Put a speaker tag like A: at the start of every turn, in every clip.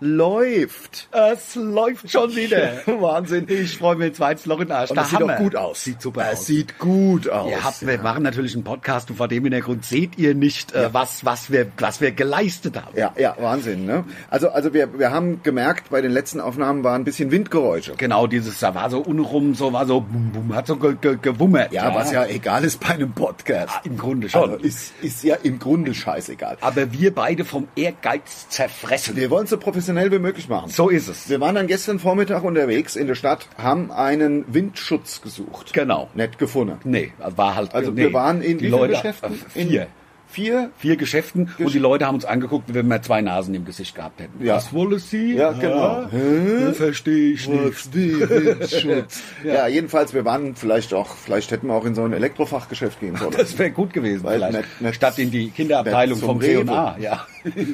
A: läuft.
B: Es läuft schon wieder.
A: Wahnsinn.
B: Ich freue mich jetzt ins Loch in den Arsch.
A: Und
B: Da
A: das sieht
B: haben
A: auch
B: wir.
A: gut aus.
B: Sieht super
A: das
B: aus.
A: sieht gut aus.
B: Ihr habt, wir machen natürlich einen Podcast und vor dem Hintergrund seht ihr nicht, äh, was, was, wir, was wir geleistet haben.
A: Ja, ja, Wahnsinn, ne? Also, also wir, wir haben gemerkt, bei den letzten Aufnahmen waren ein bisschen Windgeräusche.
B: Genau, dieses, da war so unrum, so war so, bum, bum, hat so ge, ge, gewummert.
A: Ja, was ja egal ist bei einem Podcast.
B: Ah, im Grunde schon.
A: Also ist, ist ja im Grunde scheißegal.
B: Aber wir beide vom Ehrgeiz zerfressen.
A: Wir wollen es so professionell wie möglich machen.
B: so ist es.
A: Wir waren dann gestern Vormittag unterwegs in der Stadt, haben einen Windschutz gesucht.
B: Genau.
A: Nicht gefunden.
B: Nee, war halt.
A: Also
B: nee.
A: wir waren in
B: die
A: wie vielen
B: Leute,
A: Geschäften?
B: Äh, vier.
A: In vier?
B: vier Geschäften und die Leute haben uns angeguckt, wie wenn wir zwei Nasen im Gesicht gehabt hätten.
A: Ja.
B: Was wollen Sie?
A: Ja, genau.
B: Hä? Verstehe ich nicht.
A: Windschutz. ja. jedenfalls, wir waren vielleicht auch, vielleicht hätten wir auch in so ein Elektrofachgeschäft gehen sollen.
B: Das wäre gut gewesen
A: Weil
B: vielleicht.
A: nicht- nicht-
B: Statt in die Kinderabteilung
A: nicht zum
B: vom
A: Rewe.
B: C&A.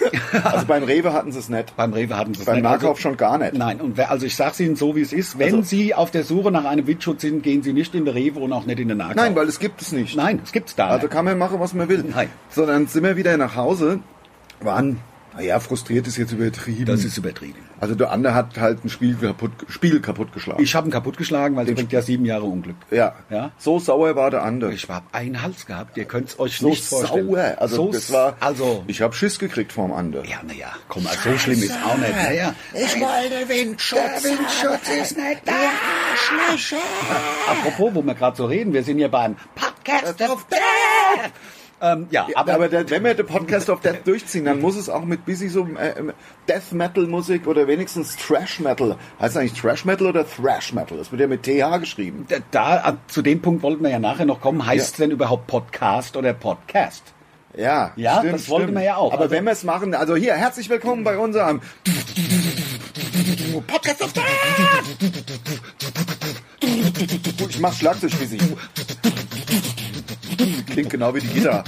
B: Ja.
A: Also beim Rewe hatten sie es nicht.
B: Beim Rewe hatten sie es
A: Beim
B: nicht.
A: Markauf
B: Also-
A: schon gar nicht.
B: Nein, und wer, also ich sage Ihnen so, wie es ist. Wenn
A: Also-
B: Sie auf der Suche nach einem Windschutz sind, gehen Sie nicht in den Rewe und auch nicht in den Nagel.
A: Nein, weil es gibt es nicht.
B: Nein, es gibt's da.
A: Also
B: nicht.
A: kann man machen, was man will.
B: Nein.
A: So, dann sind wir wieder nach Hause, waren, naja, frustriert ist jetzt übertrieben.
B: das ist übertrieben.
A: also der andere hat halt ein Spiel kaputt, Spiegel kaputt geschlagen.
B: Ich habe ihn kaputtgeschlagen, weil es bringt ja sieben Jahre Unglück.
A: ja.
B: Ja?
A: So sauer war der andere.
B: Ich habe einen Hals gehabt. Ihr könnt's euch
A: so
B: nicht vorstellen.
A: sauer. Also
B: so
A: das war,
B: also
A: ich habe Schiss gekriegt vom anderen.
B: Ja, naja, komm, also so schlimm ist auch nicht. Naja,
C: Ich wollte Windschutz. Der Windschutz ist nicht da.
A: Ah.
C: Arschlöcher.
B: apropos, wo wir gerade so reden, wir sind ja beim Podcast of Death. Ähm, ja,
A: Aber,
B: aber,
A: aber der, wenn wir den Podcast auf Death durchziehen, dann muss es auch mit bisschen so äh, Death Metal Musik oder wenigstens Thrash Metal. Heißt das eigentlich Thrash Metal oder Thrash Metal? Das wird ja mit TH geschrieben.
B: da, da, zu dem Punkt wollten wir ja nachher noch kommen. Heißt denn überhaupt Podcast oder Podcast?
A: Ja,
B: Ja, das wollte man ja auch.
A: Aber
B: Also-
A: wenn wir es machen, also hier, herzlich willkommen bei unserem
C: Podcast auf
A: Ich mach Schlagzeug für Sie. Klingt genau wie die Gitarre.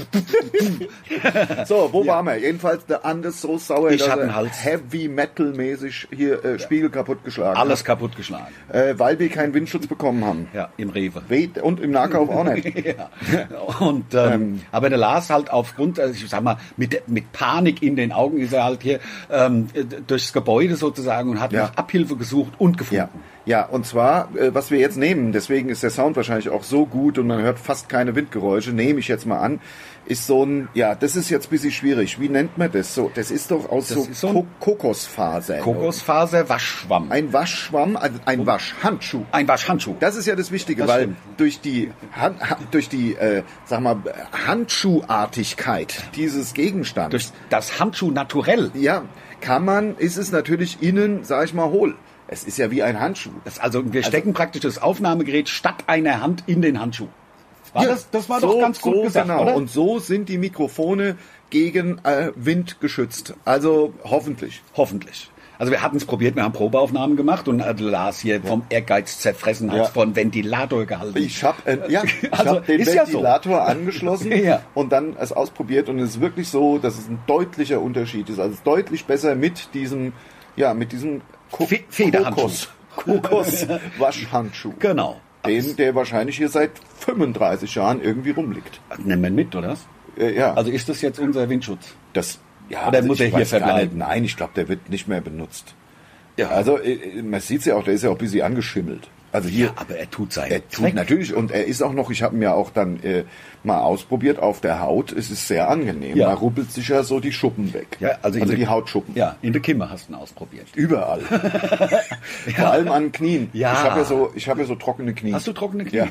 A: so, wo waren wir? Jedenfalls der Andes so sauer,
B: Ich
A: dass
B: hatte
A: er
B: einen Hals.
A: Heavy Metal mäßig hier äh, Spiegel kaputt geschlagen
B: Alles kaputtgeschlagen.
A: hat, äh, weil wir keinen Windschutz bekommen haben.
B: Ja, im Rewe.
A: Weht und im Nahkauf auch nicht.
B: Ja. Und ähm, aber der Lars halt aufgrund, also ich sag mal, mit, mit Panik in den Augen ist er halt hier ähm, durchs Gebäude sozusagen und hat
A: Ja.
B: nach Abhilfe gesucht und gefunden.
A: Ja. Ja, und zwar, äh, was wir jetzt nehmen, deswegen ist der Sound wahrscheinlich auch so gut und man hört fast keine Windgeräusche, nehme ich jetzt mal an, ist so ein, ja, das ist jetzt ein bisschen schwierig. Wie nennt man das? So, das ist doch aus so,
B: ist so ein-
A: Ko Kokosfasern.
B: Kokosfaser, Waschschwamm.
A: Ein Waschschwamm, also ein Waschhandschuh.
B: Ein Waschhandschuh.
A: Das ist ja das Wichtige,
B: Das
A: weil
B: stimmt.
A: durch die, Han ha durch die äh, sag mal, Handschuhartigkeit dieses Gegenstands,
B: Durch das Handschuh naturell.
A: ja, kann man, ist es natürlich innen, sag ich mal, hohl. Es ist ja wie ein Handschuh.
B: Das, also wir stecken praktisch das Aufnahmegerät statt einer Hand in den Handschuh. War
A: Ja,
B: das, das war
A: so-
B: doch ganz gut
A: so
B: gesagt,
A: genau.
B: oder?
A: Und so sind die Mikrofone gegen äh, Wind geschützt. Also hoffentlich.
B: Hoffentlich. Also wir hatten es probiert, wir haben Probeaufnahmen gemacht und äh, Lars hier vom Ehrgeiz zerfressen hat
A: Ja.
B: von Ventilator gehalten.
A: Ich habe äh, ja, ich
B: Also,
A: hab den
B: ist ja so.
A: Ventilator angeschlossen
B: Ja.
A: und dann es ausprobiert und es ist wirklich so, dass es ein deutlicher Unterschied ist. Also es ist deutlich besser mit diesem, ja, mit diesem Ko
B: Fe- Federhandschuh.
A: Kokos, Kokos Waschhandschuh.
B: genau.
A: Den, der wahrscheinlich hier seit 35 Jahren irgendwie rumliegt.
B: Nehmen wir mit, oder?
A: Äh, ja,
B: Also ist das jetzt unser Windschutz?
A: das. Ja, also
B: Oder muss
A: ich
B: er hier
A: weiß gar
B: verbleiben?
A: Nicht, nein, ich glaube, der wird nicht mehr benutzt.
B: Ja.
A: Also äh, man sieht's ja auch, der ist ja auch ein bisschen angeschimmelt. Also hier,
B: Ja, aber er tut seinen
A: Er tut
B: Zweck.
A: natürlich und er ist auch noch, ich habe ihn ja auch dann äh, mal ausprobiert auf der Haut. Es ist sehr angenehm.
B: Ja.
A: Da ruppelt sich ja so die Schuppen weg.
B: Ja, also in der-
A: die Hautschuppen.
B: Ja, in der Kimme hast du ihn ausprobiert.
A: Überall. Vor allem an Knien.
B: Ja.
A: Ich habe ja, so, ich hab ja so trockene Knie.
B: Hast du trockene Knie?
A: Ja.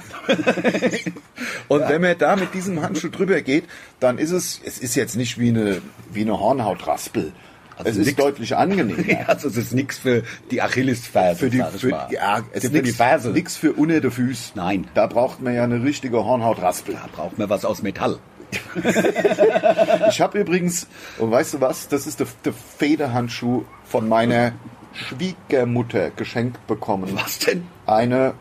A: Und wenn man da mit diesem Handschuh drüber geht, dann ist es, es ist jetzt nicht wie eine, wie eine Hornhautraspel.
B: Also
A: es ist
B: nix-
A: deutlich angenehmer.
B: Ja, also es ist nichts für die Achillesferse,
A: Für die,
B: sag ich
A: für,
B: mal.
A: ja, es
B: für
A: ist
B: die Ferse.
A: nichts für unter der Füße.
B: Nein.
A: Da braucht man ja eine richtige Hornhautraspel.
B: Da braucht man was aus Metall.
A: Ich habe übrigens, und weißt du was, das ist der, der Federhandschuh von meiner Schwiegermutter geschenkt bekommen.
B: Was denn?
A: Eine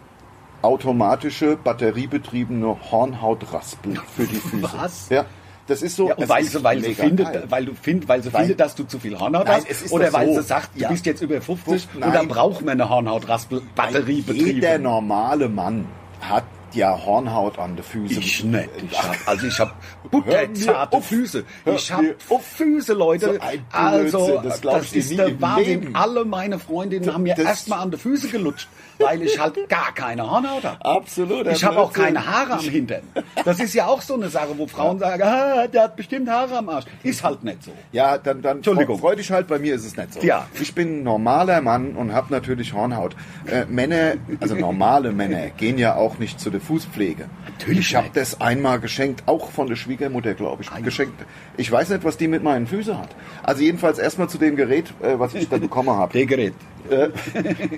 A: automatische, batteriebetriebene Hornhautraspel für die Füße.
B: Was?
A: Ja, das ist so.
B: Ja, und
A: es
B: weil
A: ist
B: sie, weil sie
A: mega
B: findet,
A: geil.
B: weil du find, weil sie
A: Weil-
B: findet, dass du zu viel Hornhaut
A: Nein,
B: hast,
A: es ist
B: oder
A: doch
B: weil
A: so.
B: sie sagt, du
A: Ja.
B: bist jetzt über 50
A: Nein.
B: und dann braucht man eine Hornhautraspel Batterie
A: Jeder
B: betrieben.
A: normale Mann hat ja Hornhaut an den Füßen.
B: Ich nicht. Ich
A: Ach,
B: hab, also ich habe
A: Hör mir
B: butterzarte
A: auf.
B: Füße.
A: Hör
B: Ich habe
A: mir auf.
B: Füße, Leute.
A: So ein
B: also
A: Blödsinn, das glaub
B: das
A: ich dir nie
B: ist der
A: im
B: Wahnsinn.
A: Leben.
B: Alle meine Freundinnen haben mir
A: das-
B: erstmal an die Füße gelutscht, weil ich halt gar keine Hornhaut habe.
A: Absolut,
B: Ich habe auch
A: Blödsinn.
B: keine Haare am Hintern. Das ist ja auch so eine Sache, wo Frauen sagen, ah, der hat bestimmt Haare am Arsch. Ist halt nicht so.
A: Ja, dann, dann
B: Entschuldigung.
A: freu dich halt, bei mir ist es nicht so.
B: Ja.
A: Ich bin ein normaler Mann und habe natürlich Hornhaut. Äh, Männer, also normale Männer, gehen ja auch nicht zu der Fußpflege.
B: Natürlich
A: Ich habe
B: nicht.
A: das einmal geschenkt, auch von der Schwiegermutter, glaube ich, geschenkt. Ich weiß nicht, was die mit meinen Füßen hat. Also jedenfalls erstmal zu dem Gerät, äh, was ich da bekommen habe.
B: Der Gerät.
A: Äh,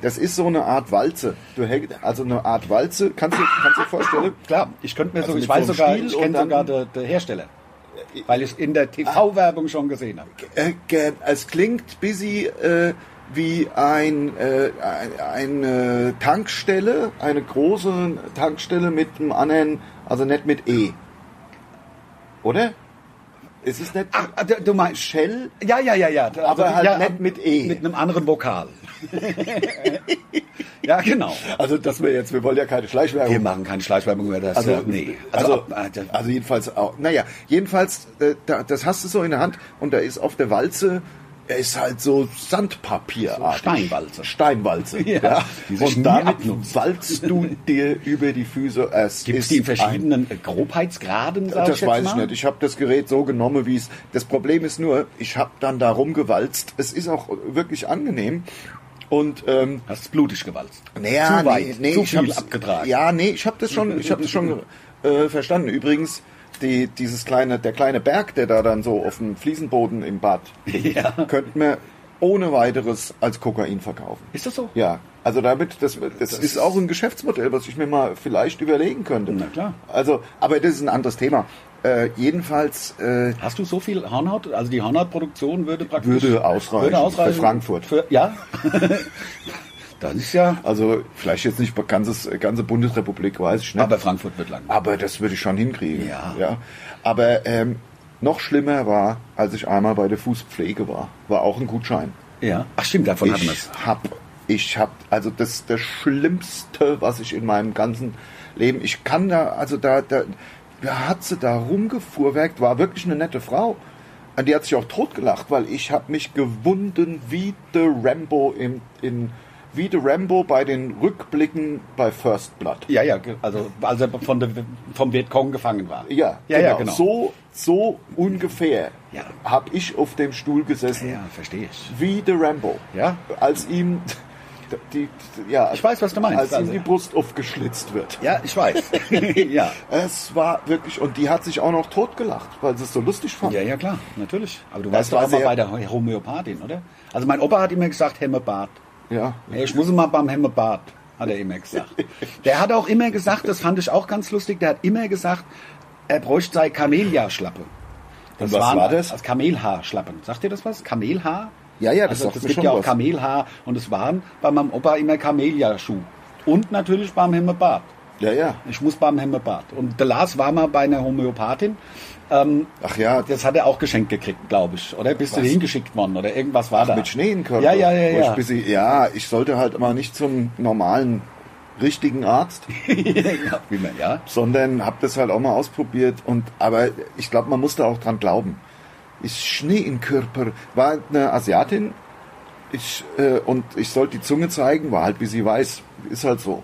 A: das ist so eine Art Walze. Du häng- Also eine Art Walze, kannst du kannst du dir vorstellen?
B: Klar, ich könnte mir
A: Also
B: so, ich
A: mit
B: weiß
A: so einem
B: sogar,
A: Stiel
B: ich
A: und
B: kenne
A: dann-
B: sogar den, den Hersteller. Weil ich in der TV-Werbung schon gesehen habe.
A: Äh, ge- es klingt busy äh, wie ein, äh, ein- eine Tankstelle, eine große Tankstelle mit einem anderen, also nicht mit E. Oder? Es ist nicht
B: Ach, Ah, du- du meinst,
A: Shell,
B: Ja, ja, ja, ja. Also,
A: aber halt
B: ja,
A: nicht mit E.
B: Mit einem anderen Vokal. ja, genau.
A: also dass wir jetzt, wir wollen ja keine Schleichwerbung
B: Wir machen keine Schleichwerbung mehr. Das,
A: Also,
B: äh, nee.
A: also,
B: ab- äh,
A: also, jedenfalls auch. Naja, jedenfalls, äh, da, das hast du so in der Hand und da ist auf der Walze, er ist halt so Sandpapier.
B: So Steinwalze.
A: Steinwalze.
B: Ja,
A: Ja.
B: die sich nie
A: Und damit
B: abnutzt.
A: walzt du dir über die Füße. Es
B: Gibt es
A: ist
B: die in
A: ein
B: verschiedenen äh, Grobheitsgraden? sag
A: das
B: jetzt
A: weiß ich
B: mal?
A: nicht. Ich habe das Gerät so genommen, wie es. Das Problem ist nur, ich habe dann da rumgewalzt. Es ist auch wirklich angenehm. Und ähm,
B: Hast du blutig gewalzt?
A: naja,
B: Zu weit,
A: nee, nee,
B: zu
A: ich
B: viel
A: hab's-
B: abgetragen.
A: Ja, nee, ich habe das schon, ich habe das schon äh, verstanden. Übrigens, die, dieses kleine, der kleine Berg, der da dann so auf dem Fliesenboden im Bad, liegt,
B: Ja.
A: könnte man ohne weiteres als Kokain verkaufen.
B: Ist das so?
A: Ja, also damit, das, das, ist auch ein Geschäftsmodell, was ich mir mal vielleicht überlegen könnte.
B: Na klar.
A: Also, aber das ist ein anderes Thema. Äh, jedenfalls äh,
B: Hast du so viel Hornhaut? Also die Hornhautproduktion würde praktisch...
A: würde ausreichen,
B: würde ausreichen
A: für Frankfurt.
B: Für, ja. das ist ja...
A: also vielleicht jetzt nicht ganzes, ganze Bundesrepublik, weiß ich nicht.
B: Aber Frankfurt wird lang.
A: Aber das würde ich schon hinkriegen.
B: Ja.
A: Aber ähm, noch schlimmer war, als ich einmal bei der Fußpflege war, war auch ein Gutschein.
B: Ja. Ach stimmt, davon hatten wir
A: Ich
B: es.
A: hab, ich hab, also das ist das Schlimmste, was ich in meinem ganzen Leben, ich kann da, also da, da, da hat sie da rumgefuhrwerkt, war wirklich eine nette Frau. Und die hat sich auch totgelacht, weil ich habe mich gewunden wie der Rambo im, in, wie der Rambo bei den Rückblicken bei First Blood.
B: Ja, ja, ge- also als er von der, vom Vietcong gefangen war.
A: Ja,
B: ja,
A: genau.
B: ja, genau.
A: So, so ungefähr
B: Ja.
A: habe ich auf dem Stuhl gesessen
B: ja, verstehe ich.
A: wie der Rambo.
B: Ja.
A: Als ihm die, ja,
B: Ich weiß, was du meinst.
A: Als
B: Also-
A: ihm die Brust aufgeschlitzt wird.
B: Ja, ich weiß. ja.
A: Es war wirklich, und die hat sich auch noch totgelacht, weil sie es so lustig fand.
B: ja, klar, natürlich. Aber du
A: Das
B: warst doch
A: war
B: auch mal
A: sehr-
B: bei der Homöopathin, oder? Also mein Opa hat immer gesagt, Hemmebart.
A: Ja.
B: Hey, ich muss mal beim Hemmebart, hat er immer gesagt. Der hat auch immer gesagt, das fand ich auch ganz lustig, der hat immer gesagt, er bräuchte sei Kamelia-Schlappe.
A: Und was war das?
B: Als Kamelhaarschlappen. Sagt ihr das was? Kamelhaar?
A: Ja, ja, das
B: also,
A: sagt
B: das
A: mir
B: gibt
A: schon
B: ja auch
A: was.
B: Kamelhaar und es waren bei meinem Opa immer Kamelia-Schuh. Und natürlich beim Hemmebart.
A: Ja, ja.
B: Ich muss beim Hemmebart. Und der Lars war mal bei einer Homöopathin. Ähm,
A: Ach ja,
B: das hat er auch geschenkt gekriegt, glaube ich. Oder bist du
A: Was?
B: hingeschickt worden? Oder irgendwas war da?
A: mit Schneenkörper.
B: Ja, ja,
A: Wo Ich
B: ja. ja.
A: bisschen, ja, ich sollte halt mal nicht zum normalen, richtigen Arzt.
B: ja, wie man, ja.
A: sondern habe das halt auch mal ausprobiert und aber ich glaube, man muss da auch dran glauben. Ist Schnee im Körper war eine Asiatin. Ich äh, und ich sollte die Zunge zeigen, war halt wie sie weiß, ist halt so.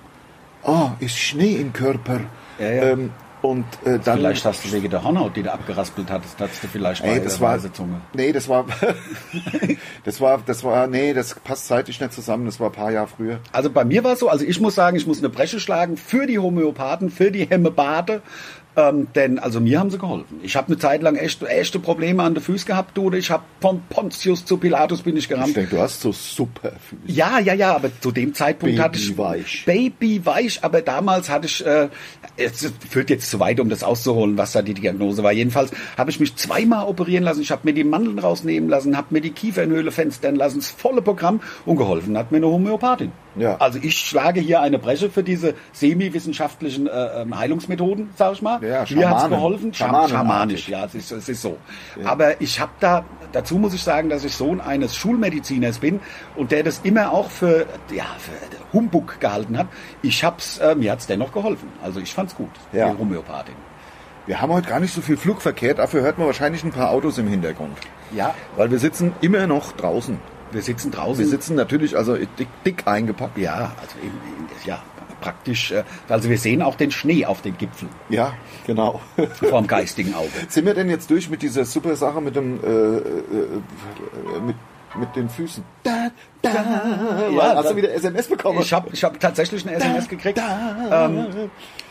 A: Oh, ist Schnee im Körper.
B: Ja, ja.
A: Ähm, und äh, dann
B: Vielleicht hast du wegen der Hornhaut, die du abgeraspelt hattest, hattest du vielleicht
A: Ey,
B: bei
A: das
B: der
A: war
B: weißen Zunge.
A: Nee, das war das war das war nee, das passt zeitlich nicht zusammen, das war ein paar Jahre früher.
B: Also bei mir war es so, also ich muss sagen, ich muss eine Bresche schlagen für die Homöopathen, für die Hemmebate. Ähm, denn, also mir haben sie geholfen. Ich habe eine Zeit lang echt, echte Probleme an den Füßen gehabt, oder ich habe von Pontius zu Pilatus bin ich gerannt.
A: Ich denke, du hast so super Füße.
B: Ja, ja, ja, aber zu dem Zeitpunkt hatte ich
A: Babyweich.
B: Babyweich, aber damals hatte ich äh, es führt jetzt zu weit, um das auszuholen, was da die Diagnose war. Jedenfalls habe ich mich zweimal operieren lassen, ich habe mir die Mandeln rausnehmen lassen, habe mir die Kiefernhöhle fenstern lassen, das volle Programm und geholfen hat mir eine Homöopathin.
A: Ja.
B: Also ich schlage hier eine Bresche für diese semi-wissenschaftlichen äh, ähm, Heilungsmethoden, sag ich mal.
A: Ja,
B: Mir hat's
A: Schamanen.
B: geholfen. Scham
A: Schamanenartig.
B: schamanisch, ja, es ist, es ist so. Aber ich habe da, dazu muss ich sagen, dass ich Sohn eines Schulmediziners bin und der das immer auch für, ja, für Humbug gehalten hat. Ich hab's, äh, mir hat's dennoch geholfen. Also ich fand's gut,
A: Ja.
B: die Homöopathin.
A: Wir haben heute gar nicht so viel Flugverkehr, dafür hört man wahrscheinlich ein paar Autos im Hintergrund.
B: Ja.
A: Weil wir sitzen immer noch draußen.
B: Wir sitzen draußen.
A: Wir sitzen natürlich also dick, dick eingepackt.
B: ja, also eben, ja, praktisch. Äh, also wir sehen auch den Schnee auf den Gipfeln
A: Ja, genau.
B: vorm geistigen Auge.
A: Sind wir denn jetzt durch mit dieser super Sache mit dem äh, äh, äh, mit, mit den Füßen? Da, da, ja, hast
B: da-
A: du wieder SMS bekommen?
B: Ich habe ich hab tatsächlich eine SMS gekriegt. Ähm,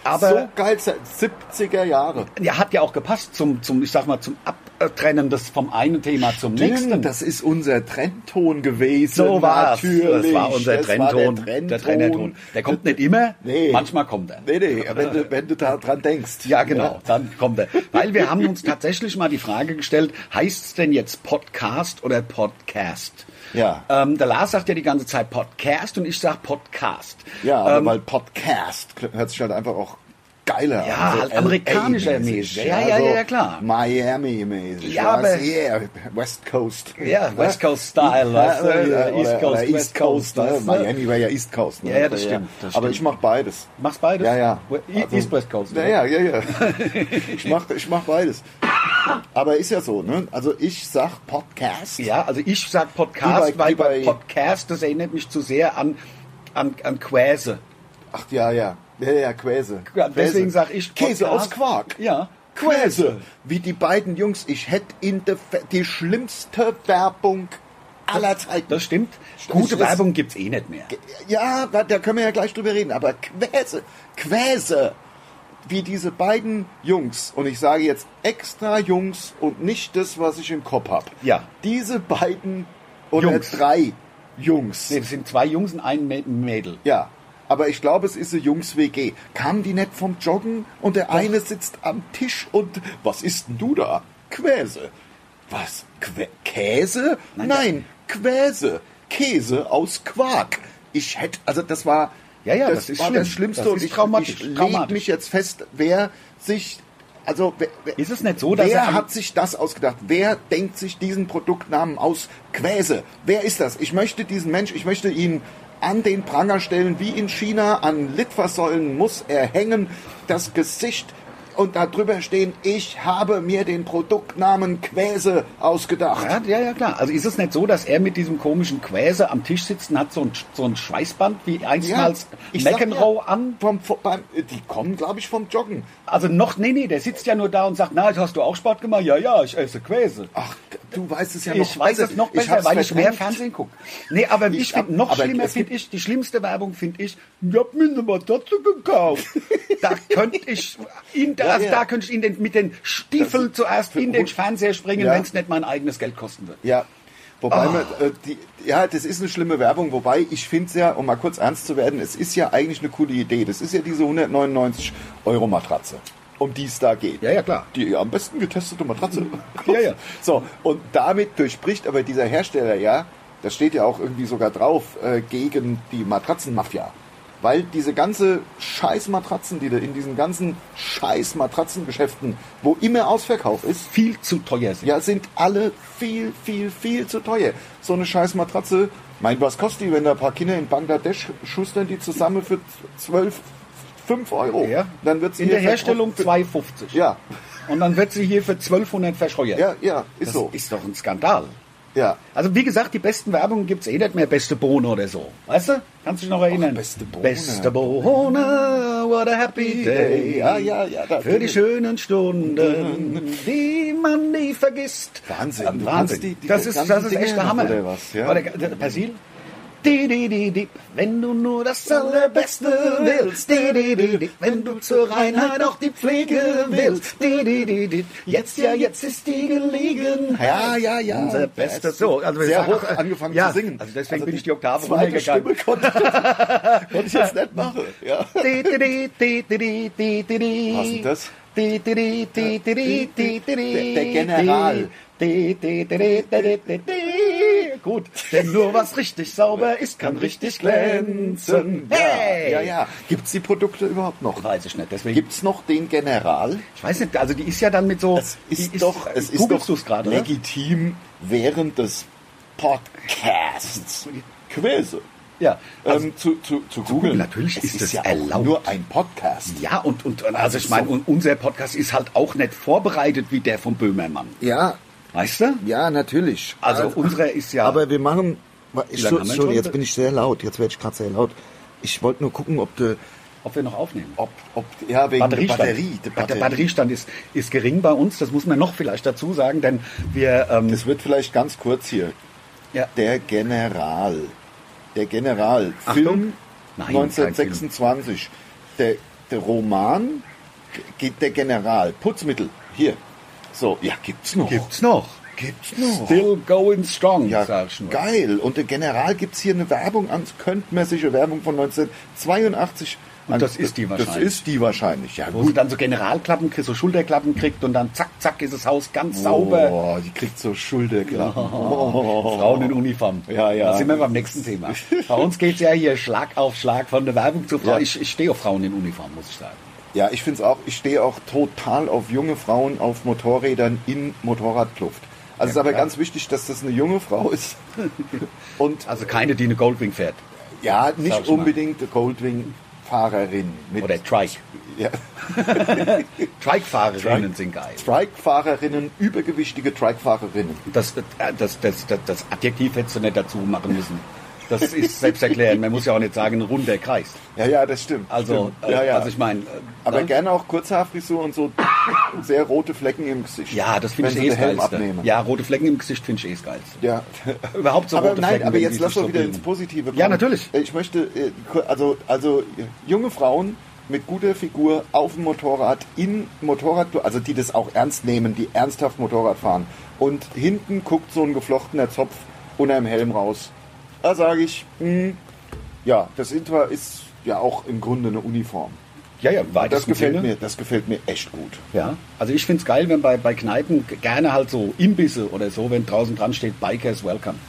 B: aber
A: so geil, 70er Jahre.
B: Ja, hat ja auch gepasst zum, zum ich sag mal, zum Abtrennen des vom einen Thema zum nächsten.
A: das ist unser Trendton gewesen.
B: so war's.
A: natürlich.
B: Das war unser
A: Das war
B: Trendton.
A: der Trendton.
B: der Trendton. Der kommt nicht immer,
A: Nee.
B: manchmal kommt er.
A: Nee, nee, wenn du, wenn du da dran denkst.
B: Ja, genau, dann kommt er. Weil wir haben uns tatsächlich mal die Frage gestellt, heißt es denn jetzt Podcast oder Podcast?
A: Ja.
B: Ähm, der Lars sagt ja die ganze Zeit Podcast und ich sag Podcast.
A: Ja, aber
B: Ähm,
A: weil Podcast hört sich halt einfach auch geiler
B: Ja,
A: an.
B: halt amerikanischer
A: LA
B: mäßig. Ja, ja, ja, ja, klar.
A: Miami-mäßig.
B: Ja, aber-
A: weißt du, yeah, West Coast.
B: Ja,
A: Ne?
B: West Coast Style, weißt du, äh,
A: oder-
B: East
A: oder-
B: Coast,
A: oder
B: West Coast,
A: ne?
B: weißt du?
A: Miami war ja East Coast. Ne?
B: Ja, ja, das stimmt, das
A: aber
B: stimmt.
A: ich mach beides.
B: Machst beides?
A: Ja, ja.
B: E- East West Coast,
A: Ja,
B: oder?
A: ja, ja, ja. ich, mach, ich mach beides. Aber ist ja so, ne? Also ich sag Podcast.
B: Ja, also ich sag
A: Wie
B: Podcast,
A: bei- wie
B: weil bei
A: bei-
B: Podcast, das erinnert mich zu sehr an, an, an Quäse.
A: Ach ja, ja. Ja, ja, Quäse.
B: Ja, deswegen
A: Quäse.
B: sag ich
A: Käse aus
B: Podcast.
A: Quark.
B: Ja.
A: Quäse. Wie die beiden Jungs. Ich hätte in der Fe- die schlimmste Werbung aller Zeiten.
B: Das stimmt.
A: Stimmt,
B: Gute
A: es ist-
B: Werbung gibt's eh nicht mehr.
A: Ja, da, da können wir ja gleich drüber reden. Aber Quäse. Quäse. Wie diese beiden Jungs. Und ich sage jetzt extra Jungs und nicht das, was ich im Kopf hab.
B: Ja.
A: Diese beiden oder
B: Jungs.
A: drei Jungs.
B: Nee, Das sind zwei Jungs und ein Mä- Mädel.
A: Ja, aber ich glaube, es ist eine Jungs-WG. Kamen die nicht vom Joggen und der eine sitzt am Tisch und was isst denn du da? Quäse. Was? Quä Käse? Nein, Quäse. Käse aus Quark. Ich hätte, also das war,
B: Ja, ja,
A: das,
B: das ist
A: war
B: schlimm.
A: das Schlimmste
B: Das
A: und
B: ist
A: ich,
B: traumatisch,
A: ich leg
B: traumatisch.
A: mich jetzt fest, wer sich, also wer, wer-
B: Ist es nicht so, dass er
A: wer
B: am-
A: hat sich das ausgedacht? Wer denkt sich diesen Produktnamen aus? Quäse. Wer ist das? Ich möchte diesen Mensch, ich möchte ihn an den Pranger stellen, wie in China. An Litfaßsäulen muss er hängen, das Gesicht und darüber stehen, ich habe mir den Produktnamen Quäse ausgedacht.
B: Ja, ja, ja, klar. Also ist es nicht so, dass er mit diesem komischen Quäse am Tisch sitzt und hat so ein, so ein Schweißband wie einstmals
A: ich sag
B: McEnroe
A: ja,
B: an?
A: Vom, vom, beim, die kommen, glaube ich, vom Joggen.
B: Also noch, nee, nee, der sitzt ja nur da und sagt, na, hast du auch Sport gemacht? Ja, ja, ich esse Quäse.
A: Ach, du weißt es ja noch Also,
B: ich weiß es noch besser,
A: hab's
B: weil ich mehr
A: verdrängt.
B: Fernsehen gucke. Nee, aber ich,
A: Ich hab-
B: find, noch
A: aber
B: schlimmer
A: es
B: finde ich, die schlimmste Werbung finde ich, ich hab mir eine Matratze gekauft. da könnte ich ihn, da,
A: Ja,
B: also
A: ja.
B: da könnte ich ihn den, mit den Stiefeln zuerst in den
A: gut.
B: Fernseher springen,
A: Ja.
B: wenn es nicht mein eigenes Geld kosten würde.
A: Ja.
B: Ah.
A: Wobei man, äh, die, ja, das ist eine schlimme Werbung, wobei ich finde es ja, um mal kurz ernst zu werden, es ist ja eigentlich eine coole Idee. Das ist ja diese 199 Euro Matratze, um die es da geht.
B: Ja, ja, klar.
A: Die am besten getestete Matratze.
B: Ja, ja.
A: So, und damit durchbricht aber dieser Hersteller ja, das steht ja auch irgendwie sogar drauf, äh, gegen die Matratzenmafia. Weil diese ganze Scheißmatratzen, die da in diesen ganzen Scheißmatratzengeschäften, wo immer Ausverkauf ist,
B: Viel zu teuer sind.
A: ja, sind alle viel, viel, viel zu teuer. So eine scheiß Matratze. Mein, was kostet die, wenn da ein paar Kinder in Bangladesch schustern die zusammen für 12, 5 Euro?
B: Ja.
A: Dann wird's
B: in der
A: hier
B: Herstellung
A: verkauft
B: 2,50.
A: für- Ja,
B: Und dann wird sie hier für 1200 verscheuert.
A: ja, ja, ist
B: das
A: so.
B: ist doch ein Skandal.
A: ja.
B: Also wie gesagt, die besten Werbungen gibt's eh nicht mehr. Beste Bohne oder so. Weißt du? Kannst du dich noch erinnern?
A: beste Bohne.
B: Beste Bohne, what a happy day.
A: Ja, ja, ja, da-
B: Für die schönen Stunden, die man nie vergisst.
A: Mhm. Wahnsinn,
B: Ähm,
A: du
B: Wahnsinn.
A: kannst die- die
B: das, ist, das
A: ganzen
B: ist
A: Dinge
B: echt der
A: noch,
B: Hammer.
A: oder was? Ja.
B: Oder, äh, Persil? Di, di, di, di, wenn du nur das Allerbeste willst, di, di, di, di, wenn du zur Reinheit auch die Pflege willst, di, di, di, di, jetzt ja, jetzt ist die Gelegenheit.
A: Ja, ja, ja.
B: Unser Bestes. So, also wir
A: Sehr
B: sagen
A: hoch
B: auch, äh,
A: angefangen
B: ja,
A: zu singen.
B: also deswegen bin ich die
A: die
B: Oktave
A: zweite Stimme
B: runtergegangen.
A: konnte, konnte ich jetzt nicht machen. Ja.
B: Di, di, di, di, di, di, di, di, di.
A: Was ist das?
B: Di, di, di, di, di, di, di, di,
A: Der- der
B: di.
A: General.
B: Di, di, di, di, di, di, di, di. gut, denn nur was richtig sauber ist, kann richtig glänzen. Hey!
A: Ja, ja. Gibt's die Produkte überhaupt noch?
B: Weiß ich nicht, deswegen.
A: Gibt's noch den General?
B: Ich weiß nicht, also die ist ja dann mit so.
A: Es ist,
B: die
A: doch, es ist
B: googelst
A: doch
B: du's gerade, ne? oder?
A: legitim während des Podcasts Quäse.
B: Ja. Also,
A: ähm, zu, zu, zu googeln.
B: natürlich
A: es
B: ist das
A: ja auch
B: erlaubt.
A: nur ein Podcast.
B: ja, und, und also ich meine, und unser Podcast ist halt auch nicht vorbereitet wie der von Böhmermann.
A: Ja,
B: Weißt du?
A: ja, natürlich. Äh,
B: Also, unsere ist ja.
D: Aber wir machen. Ich,
B: lange
D: so,
B: haben wir
D: so,
B: schon?
D: jetzt bin ich sehr laut. Jetzt werde ich gerade sehr laut. Ich wollte nur gucken, ob du.
B: ob wir noch aufnehmen.
A: Ob, ob, ja, wegen der
B: Batteriestand.
A: Batterie. Der
B: Der Batteriestand ist, ist gering bei uns, das muss man noch vielleicht dazu sagen, denn wir, ähm,
A: Das wird vielleicht ganz kurz hier.
B: ja,
A: Der General. Der General.
B: Achtung.
A: Film
B: Nein, kein
A: 1926. Der, der Roman G- geht der General. Putzmittel. Hier. So, ja, gibt's noch.
B: gibt's noch.
A: Gibt's noch.
B: Still going strong,
A: Ja,
B: sag ich nur.
A: geil. Und der General gibt's hier eine Werbung an, könnte Werbung von 1982.
B: Und das ist die
A: Das
B: wahrscheinlich.
A: ist die wahrscheinlich, ja.
B: Wo sie dann so Generalklappen, kriegt, so Schulterklappen kriegt und dann zack, zack ist das Haus ganz sauber.
A: Oh, die kriegt so Schulterklappen. Oh.
B: Frauen in Uniform.
A: Ja, ja.
B: Da sind wir beim nächsten Thema. Bei uns geht's ja hier Schlag auf Schlag von der Werbung zu Frau.
A: Ja.
B: Ich, ich stehe auf Frauen in Uniform, muss ich sagen.
A: Ja, ich find's auch, ich stehe auch total auf junge Frauen auf Motorrädern in Motorradkluft. Also es ist aber
B: klar.
A: ganz wichtig, dass das eine junge Frau ist. Und
B: Also keine, die eine Goldwing fährt.
A: ja,
B: Sag
A: nicht
B: ich mal.
A: unbedingt Goldwing-Fahrerin. mit-
B: Oder Trike.
A: Ja,
B: Trike-Fahrerinnen sind geil.
A: Trike-Fahrerinnen, übergewichtige Trike-Fahrerinnen.
B: Das, äh, das, das, das, das Adjektiv hättest du nicht dazu machen müssen. Das ist selbsterklärend. Man muss ja auch nicht sagen, runder Kreis.
A: Ja, ja, das stimmt.
B: Also,
A: stimmt.
B: äh,
A: Ja, ja.
B: also ich meine, äh,
A: aber
B: ne?
A: gerne auch Kurzhaarfrisur und so sehr rote Flecken im Gesicht.
B: ja, das finde
A: wenn
B: ich
A: sie
B: eh das
A: den Helm
B: Geilste.
A: abnehmen.
B: Ja, rote Flecken im Gesicht finde ich eh das Geilste.
A: ja.
B: Überhaupt so
A: aber
B: rote
A: nein,
B: Flecken.
A: aber
B: wenn
A: jetzt
B: die
A: lass
B: sich
A: doch
B: so
A: wieder
B: bilden.
A: ins Positive kommen.
B: Ja, natürlich.
A: Ich möchte, äh, also, also junge Frauen mit guter Figur auf dem Motorrad, in Motorrad, also die das auch ernst nehmen, die ernsthaft Motorrad fahren. Und hinten guckt so ein geflochtener Zopf unter dem Helm raus. Da sage ich, mh, ja, das Intra ist ja auch im Grunde eine Uniform.
B: Ja, ja, weiter.
A: Das gefällt mir, das gefällt mir echt gut.
B: Ja, also ich finde es geil, wenn bei, bei Kneipen g- gerne halt so Imbisse oder so, wenn draußen dran steht, Bikers welcome.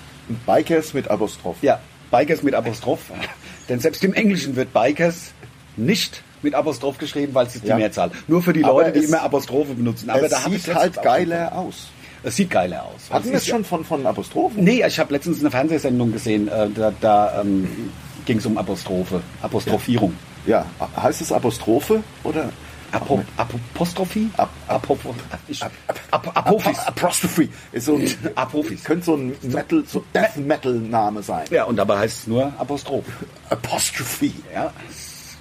A: Bikers mit Apostroph.
B: Ja, Bikers mit Apostroph. Denn selbst im Englischen wird Bikers nicht mit Apostroph geschrieben, weil es ist die
A: Ja.
B: Mehrzahl. Nur für die
A: Aber
B: Leute, die
A: es-
B: immer Apostrophe benutzen. Aber
A: Aber es
B: da hab ich
A: sieht
B: letztens
A: halt
B: auch
A: geiler aus.
B: schon- Es sieht geiler aus.
A: Hatten wir
B: Es
A: es
B: ist
A: schon von, von Apostrophen?
B: Nee, ich habe letztens eine Fernsehsendung gesehen, äh, da, da ähm, ging es um Apostrophe, Apostrophierung.
A: Ja, heißt es Apostrophe oder?
B: Apo, Apo- Apostrophie?
A: Ap-
B: Apo, ich, Apo, Apophis.
A: Ap- Apostrophe. Ist so ein,
B: Apophis.
A: Könnte so ein Metal, so Death Metal Name sein.
B: Ja, und dabei heißt es nur Apostroph.
A: Apostrophe.
B: Ja,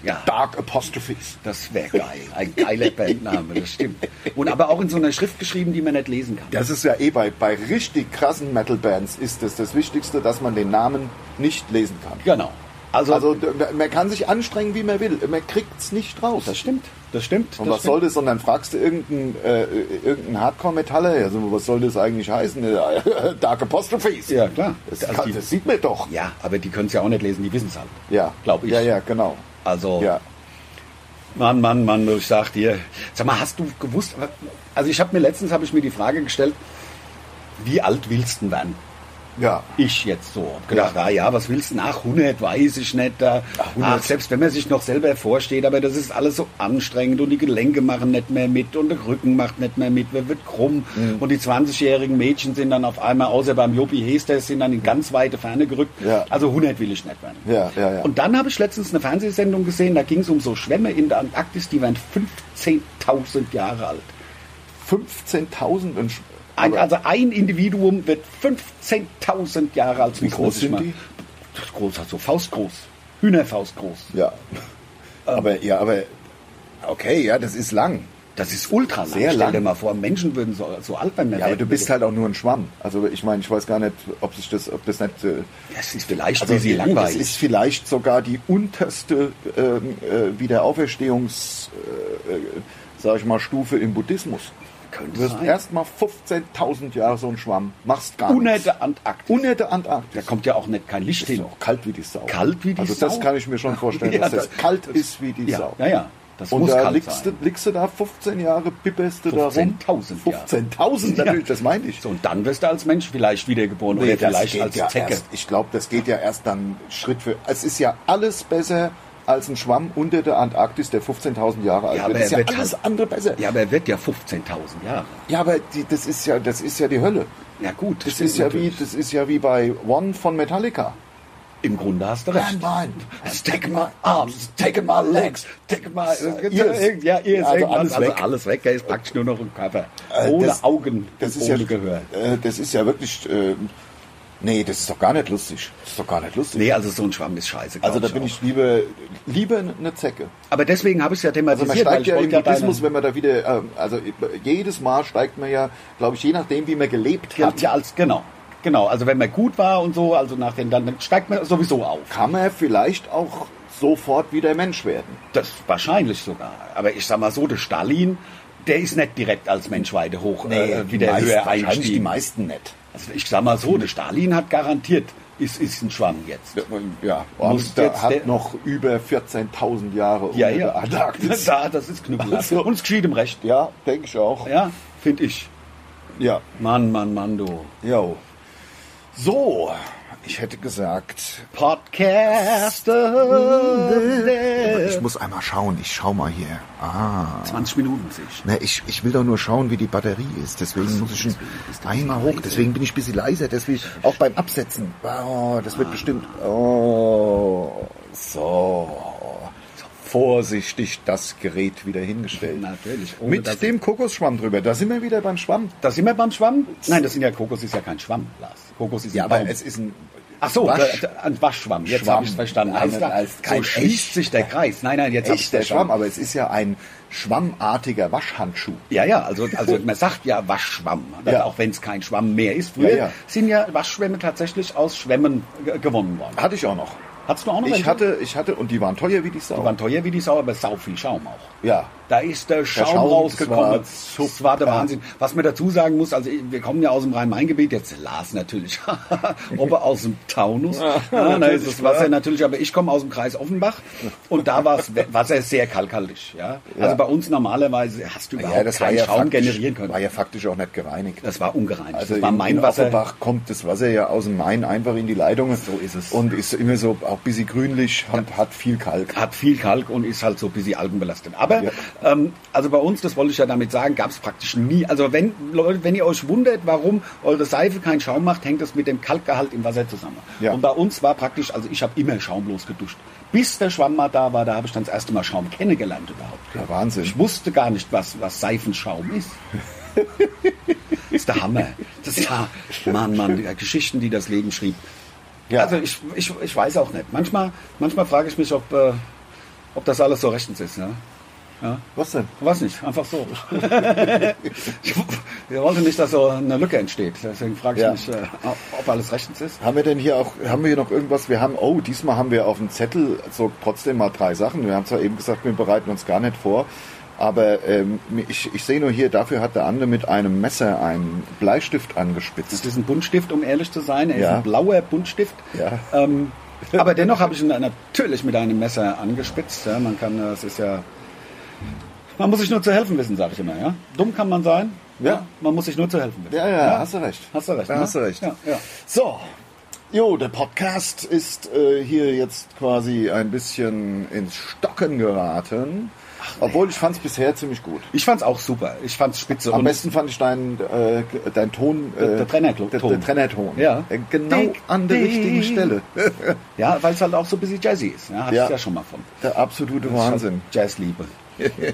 B: ja.
A: Dark Apostrophes.
B: Das wäre geil. Ein geiler Bandname, das stimmt. Und aber auch in so einer Schrift geschrieben, die man nicht lesen kann.
A: Das ist ja eh bei, bei richtig krassen Metal Bands ist es das Wichtigste, dass man den Namen nicht lesen kann.
B: Genau. Also,
A: Also d- man kann sich anstrengen, wie man will. Man kriegt's nicht raus.
B: das stimmt. Das stimmt.
A: Und
B: das
A: was
B: stimmt.
A: soll das? Und dann fragst du irgendeinen äh, irgendeinen Hardcore-Metaller, also was soll das eigentlich heißen? Dark Apostrophes.
B: Ja, klar.
A: Das,
B: Also
A: kann,
B: die-
A: das sieht man doch.
B: Ja, aber die können es ja auch nicht lesen, die wissen es halt.
A: Ja,
B: Glaube ich.
A: Ja, ja, genau.
B: Also,
A: Ja.
B: Mann, Mann, Mann, ich sag dir. Sag mal, hast du gewusst, also ich habe mir letztens habe ich mir die Frage gestellt, wie alt willst du denn werden?
A: Ja.
B: Ich jetzt so. Hab gedacht, ja. ah ja, was willst du denn? Ach, 100 weiß ich nicht. Da.
A: Ach, 100.
B: Ach, selbst wenn man sich noch selber vorsteht, aber das ist alles so anstrengend und die Gelenke machen nicht mehr mit und der Rücken macht nicht mehr mit, man wird krumm.
A: Mhm.
B: Und die 20-jährigen Mädchen sind dann auf einmal, außer beim Jopi Hester, sind dann in ganz weite Ferne gerückt.
A: Ja.
B: Also 100 will ich nicht werden.
A: Ja, ja, ja.
B: Und dann habe ich letztens eine Fernsehsendung gesehen, da ging es um so Schwämme in der Antarktis, die waren 15.000 Jahre alt.
A: 15.000 in Sch-
B: Ein,
A: aber-
B: also ein Individuum wird 15.000 Jahre alt.
A: Wie groß sind die?
B: Das ist groß, also faustgroß. Hühnerfaustgroß.
A: Ja. aber, ja, aber, okay, ja, das ist lang.
B: Das ist ultra lang.
A: Sehr
B: Stell dir
A: lang.
B: mal vor, Menschen würden so, so alt werden.
A: Ja, aber du bist halt auch nur ein Schwamm. Also ich meine, ich weiß gar nicht, ob sich das, ob das nicht. Äh,
B: Das ist vielleicht
A: also
B: wie sie
A: das
B: langweilig.
A: ist vielleicht sogar die unterste ähm, äh, Wiederauferstehungs, äh, äh, sag ich mal, Stufe im Buddhismus.
B: Könnte
A: Du wirst
B: sein.
A: erstmal 15.000 Jahre so ein Schwamm, machst gar
B: Unter
A: nichts.
B: der Antarktis.
A: Unter der Antarktis.
B: da kommt ja auch nicht kein Licht
A: Ist
B: hin.
A: doch kalt wie die Sau.
B: Kalt wie die
A: also
B: Sau?
A: das kann ich mir schon vorstellen,
B: Ja,
A: dass das,
B: das-
A: kalt ist wie die
B: ja,
A: Sau.
B: ja, ja. Das
A: Und
B: muss
A: da
B: kalt
A: liegst du,
B: sein.
A: liegst du da 15 Jahre, pipperst du da rum.
B: 15.000 Jahre.
A: 15.000, natürlich, das meine ich.
B: So, und dann wirst du als Mensch vielleicht wiedergeboren
A: Nee,
B: oder
A: das
B: vielleicht
A: geht
B: als
A: ja
B: Zecke.
A: Erst, ich glaube, das geht ja erst dann Schritt für. Es ist ja alles besser als ein Schwamm unter der Antarktis, der 15.000 Jahre alt
B: Ja,
A: wird.
B: aber
A: ist
B: er
A: ja
B: wird
A: alles
B: halt-
A: andere besser.
B: Ja, aber er wird ja 15.000 Jahre.
A: Ja, aber die, das ist ja, das ist ja die Hölle.
B: Ja gut,
A: Das
B: stimmt
A: ist ja wie,
B: natürlich.
A: das ist ja wie bei One von Metallica.
B: Im Grunde hast du recht.
A: Nein,
B: It's taking my arms, taking my legs, taking my
A: äh, Ears.
B: Ja, ears,
A: Ja, also
B: irgendwas.
A: alles
B: also
A: weg.
B: alles weg, er ist praktisch nur noch im Körper.
A: Äh,
B: ohne
A: das-
B: Augen,
A: Das
B: und
A: ist ja,
B: ohne Gehör.
A: Äh, das ist ja wirklich, äh, nee, das ist doch gar nicht lustig. Das ist doch gar nicht lustig.
B: Nee, also so ein Schwamm ist scheiße. glaub
A: also da bin
B: auch.
A: ich lieber, lieber eine Zecke.
B: Aber deswegen habe ich es ja
A: Also
B: thematisiert.
A: man steigt ja
B: weil
A: im
B: ich wollte
A: Buddhismus,
B: deine-
A: wenn man da wieder, ähm, also jedes Mal steigt man ja, glaube ich, je nachdem, wie man gelebt
B: ja,
A: hat,
B: ja, als, genau. Genau, also wenn man gut war und so, also nach den dann dann steigt man sowieso auf.
A: kann man vielleicht auch sofort wieder Mensch werden.
B: Das wahrscheinlich sogar. Aber ich sag mal so, der Stalin, der ist nicht direkt als Mensch weiter hoch äh, wieder höher
A: wahrscheinlich die
B: eingestiegen.
A: meisten nicht.
B: Also ich sag mal so, der Stalin hat garantiert, ist, ist ein Schwamm jetzt.
A: Ja,
B: Muss
A: und da
B: jetzt der-
A: hat noch über 14.000 Jahre
B: Ja,
A: unter
B: ja.
A: der Antarktis.
B: Da, das ist Knüppel.
A: Also-
B: Uns geschieht im Recht.
A: Ja, denke ich auch.
B: Ja, finde ich.
A: Ja,
B: Mann, Mann, Mann, du.
A: jo. So, ich hätte gesagt,
B: Podcast of the Day.
D: Ich muss einmal schauen. Ich schau mal hier. Ah.
B: 20 Minuten sehe ich.
D: Na, ich, ich will doch nur schauen, wie die Batterie ist. Deswegen muss ich ein, einmal hoch. Deswegen bin ich ein bisschen leiser. Deswegen auch beim Absetzen. Oh, das
B: Ah.
D: wird bestimmt.
A: oh, so. Vorsichtig das Gerät wieder hingestellt.
B: Natürlich. ohne dass-
A: Mit dem Kokosschwamm drüber. Da sind wir wieder beim Schwamm.
B: Da sind wir beim Schwamm? Nein, das sind ja Kokos ist ja kein Schwamm, Lars. Kokos ist ein Baum.
A: ist ein.
B: Ach so,
A: Wasch-
B: da- da- ein Waschschwamm. Jetzt
A: Schwamm.
B: habe ich es verstanden.
A: Nein,
B: Heißt da,
A: als
B: so
A: kein
B: schließt
A: echt-
B: sich der Kreis. Nein, nein, jetzt habe ich
A: Echter Schwamm, aber es ist ja ein schwammartiger Waschhandschuh.
B: Ja, ja, also, also man sagt ja Waschschwamm, ne?
A: Ja.
B: auch wenn es kein Schwamm mehr ist. Früher
A: Ja, ja.
B: sind ja Waschschwämme tatsächlich aus Schwämmen ge- gewonnen worden.
A: Hatte ich auch noch.
B: Hattest du auch noch
A: Ich
B: welche?
A: hatte, ich hatte, und die waren teuer wie die Sau.
B: Die waren teuer wie die Sau, aber sau viel Schaum auch.
A: Ja.
B: Da ist der Schaum,
A: Schaum,
B: rausgekommen.
A: das
B: Das war,
A: war
B: der
A: super.
B: Wahnsinn. Was man dazu sagen muss, also wir kommen ja aus dem Rhein-Main-Gebiet, jetzt Lars natürlich, aber aus dem Taunus. Ja, da ist das Wasser natürlich, aber ich komme aus dem Kreis Offenbach und da war das Wasser sehr kalkhaltig. Ja? Also bei uns normalerweise hast du überhaupt
A: Ja, das war
B: keinen
A: ja,
B: Schaum
A: faktisch,
B: generieren können.
A: war ja faktisch auch nicht gereinigt.
B: Das war ungereinigt.
A: Also
B: das war
A: in- in
B: Mainwasser.
A: Offenbach kommt das Wasser ja aus dem Main einfach in die Leitungen. So
B: ist es.
A: Und ist immer so auch ein bisschen grünlich und hat viel Kalk.
B: Hat viel Kalk und ist halt so ein bisschen algenbelastet. Aber,
A: Ja.
B: ähm, also bei uns, das wollte ich ja damit sagen, gab es praktisch nie. Also wenn, Leute, wenn ihr euch wundert, warum eure Seife keinen Schaum macht, hängt das mit dem Kalkgehalt im Wasser zusammen.
A: Ja.
B: Und bei uns war praktisch, also ich habe immer schaumlos geduscht. Bis der Schwamm mal da war, da habe ich dann das erste Mal Schaum kennengelernt überhaupt.
A: Ja, Wahnsinn.
B: Ich wusste gar nicht, was, was Seifenschaum ist. Das ist der Hammer. Das ist ja, Mann, Mann, die Geschichten, die das Leben schrieb.
A: Ja.
B: Also ich, ich, ich weiß auch nicht. Manchmal, manchmal frage ich mich, ob, äh, ob das alles so rechtens ist. Ne?
A: Was denn?
B: Ich weiß nicht, einfach so. ich, ich wollte nicht, dass so eine Lücke entsteht. Deswegen frage ich
A: Ja.
B: mich, äh, ob alles rechtens ist.
A: Haben wir denn hier auch, haben wir hier noch irgendwas? Wir haben, oh, diesmal haben wir auf dem Zettel so trotzdem mal drei Sachen. Wir haben zwar eben gesagt, wir bereiten uns gar nicht vor, aber ähm, ich, ich sehe nur hier, dafür hat der andere mit einem Messer einen Bleistift
B: Das
A: angespitzt.
B: ist ein Buntstift, um ehrlich zu sein. Er ist
A: Ja.
B: ein blauer Buntstift.
A: Ja.
B: Ähm, aber dennoch habe ich ihn natürlich mit einem Messer angespitzt. Ja, man kann, äh, es ist ja, man muss sich nur zu helfen wissen, sage ich immer. Ja? Dumm kann man sein.
A: Ja.
B: Man muss sich nur zu helfen wissen.
A: Ja, ja, hast du recht.
B: Hast du recht.
A: Ja,
B: ne?
A: hast du recht.
B: Ja, ja.
A: So, jo, der Podcast ist äh, hier jetzt quasi ein bisschen ins Stocken geraten. obwohl ich fand es bisher ziemlich gut.
B: Ich fand's auch super. Ich fand's spitze.
A: Am
B: Und
A: besten fand ich deinen äh, dein Ton. Äh,
B: Der- der Trainerton.
A: Der, der Trainerton.
B: Ja.
A: Äh, Genau
B: Ding,
A: an der
B: ding.
A: richtigen Stelle.
B: ja, weil es halt auch so ein bisschen jazzy ist. Ja, hatte
A: Ja.
B: ich ja schon mal von.
A: Der absolute Wahnsinn.
B: Ich hab Jazzliebe.